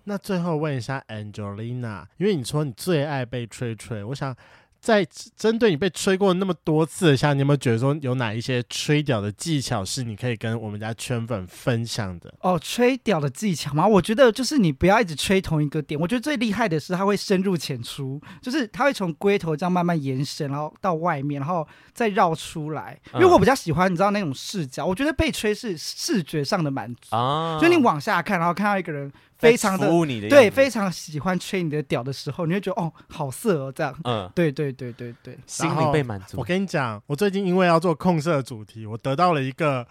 S2: 那最后问一下 Angelina，因为你说你最爱被吹吹，我想在针对你被吹过那么多次的下，你有没有觉得说有哪一些吹屌的技巧是你可以跟我们家圈粉分享的？
S3: 哦，吹屌的技巧嘛，我觉得就是你不要一直吹同一个点。我觉得最厉害的是它会深入浅出，就是它会从龟头这样慢慢延伸，然后到外面，然后再绕出来。因为
S1: 嗯
S3: 我比较喜欢你知道那种视角，我觉得被吹是视觉上的满足，
S1: 啊
S3: 就你往下看，然后看到一个人非常
S1: 服
S3: 的
S1: 务你的
S3: 对
S1: 样子
S3: 非常喜欢吹你的屌的时候，你会觉得哦好色哦这样。
S1: 嗯，
S3: 对对对对对，
S1: 心
S2: 然后
S1: 灵被满足
S2: 我。跟你讲，我最近因为要做控色主题，我得到了一个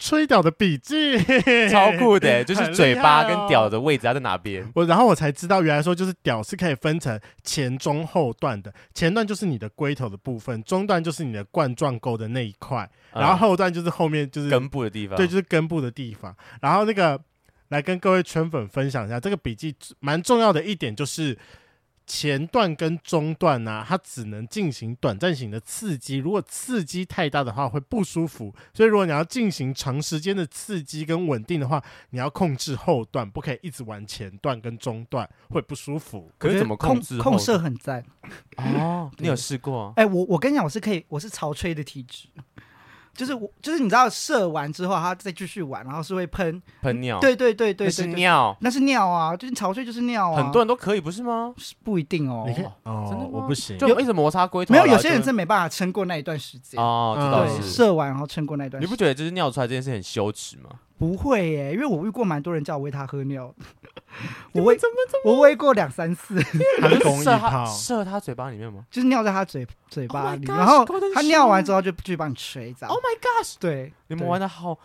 S2: 吹屌的笔记，
S1: 超酷 的、欸就是
S2: 很
S1: 嘴
S2: 厉
S1: 巴
S2: 害哦
S1: 跟屌的位置要在哪边？
S2: 我然后我才知道，原来说就是屌是可以分成前中后段的，前段就是你的龟头的部分，中段就是你的冠状沟的那一块，
S3: 哦
S2: 然后
S1: 嗯
S2: 后段就是后面就是
S1: 根部的地方，
S2: 对，就是根部的地方。然后那个来跟各位圈粉分享一下，这个笔记蛮重要的一点就是。前段跟中段呢、它只能进行短暂型的刺激，如果刺激太大的话会不舒服，所以如果你要进行长时间的刺激跟稳定的话，你要控制后段，不可以一直玩前段跟中段，会不舒服。
S1: 可
S3: 我觉
S1: 是
S3: 得
S1: 怎么控制后
S3: 控射很赞。
S1: 哦，你有试过？
S3: 哎、我我跟你讲，我是可以，我是潮吹的体质，就是我就是你知道射完之后，它再继续玩，然后是会喷，
S1: 喷尿？，
S3: 对对对对
S1: 哦那
S3: 对
S1: 是
S3: 对
S1: 尿，
S3: 那是尿啊，就是潮吹就是尿啊，
S1: 很多人都可以，不是吗？
S3: 是不一定哦
S2: 你，可
S1: 真
S2: 以
S1: 的吗
S2: 哦，我不行，
S1: 就
S3: 有
S1: 一直摩擦龟头
S3: 没
S1: 啦，
S3: 有有些人
S1: 就
S3: 真没办法撑过那一段时间。
S1: 哦，这倒
S3: 对，
S1: 是。
S3: 射完然后撑过那一段
S1: 你
S3: 时间，
S1: 不觉得就是尿出来这件事很羞耻吗？
S3: 不会耶、因为我遇过蛮多人叫我喂他喝尿， 我喂怎么怎么我喂过两三次，
S2: 他是公益
S1: 射他
S2: 炮，
S1: 射他嘴巴里面吗
S3: 就是尿在他嘴嘴巴
S1: Oh my
S3: 里
S1: gosh，
S3: 然后
S1: 高登
S3: 他
S1: 是
S3: 尿
S1: 吗
S3: 完之后就去帮你吹，这样。
S1: ？Oh my gosh！
S3: 对，
S1: 你们
S3: 对
S1: 玩的好，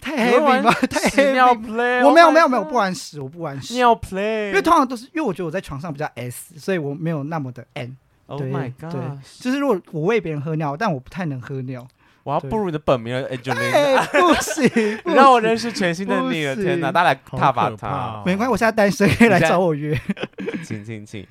S3: 太
S1: 你们
S3: heavy
S1: 玩
S3: 吧，太
S1: 屎尿
S3: heavy。
S1: play！
S3: 我
S1: oh
S3: 没有
S1: my
S3: 没有没有，我
S1: god
S3: 不玩屎，我不玩屎。
S1: 尿 play，
S3: 因为通常都是因为我觉得我在床上比较 S，所以我没有那么的 N。
S1: Oh
S3: 对
S1: my
S3: 对
S1: god！
S3: 就是如果我喂别人喝尿，但我不太能喝尿，
S1: 我要
S3: 对
S1: 步入你的本名了，Angelina，
S3: 哎、不行，
S1: 你让我认
S3: 识。
S1: 识全新的你了！
S3: 不
S1: 天哪，
S3: 行
S1: 大家来
S2: 好
S1: 踏伐
S2: 可怕
S1: 他，
S2: 哦
S3: 没关系，我现在单身，可以来找我约。
S1: 请请请！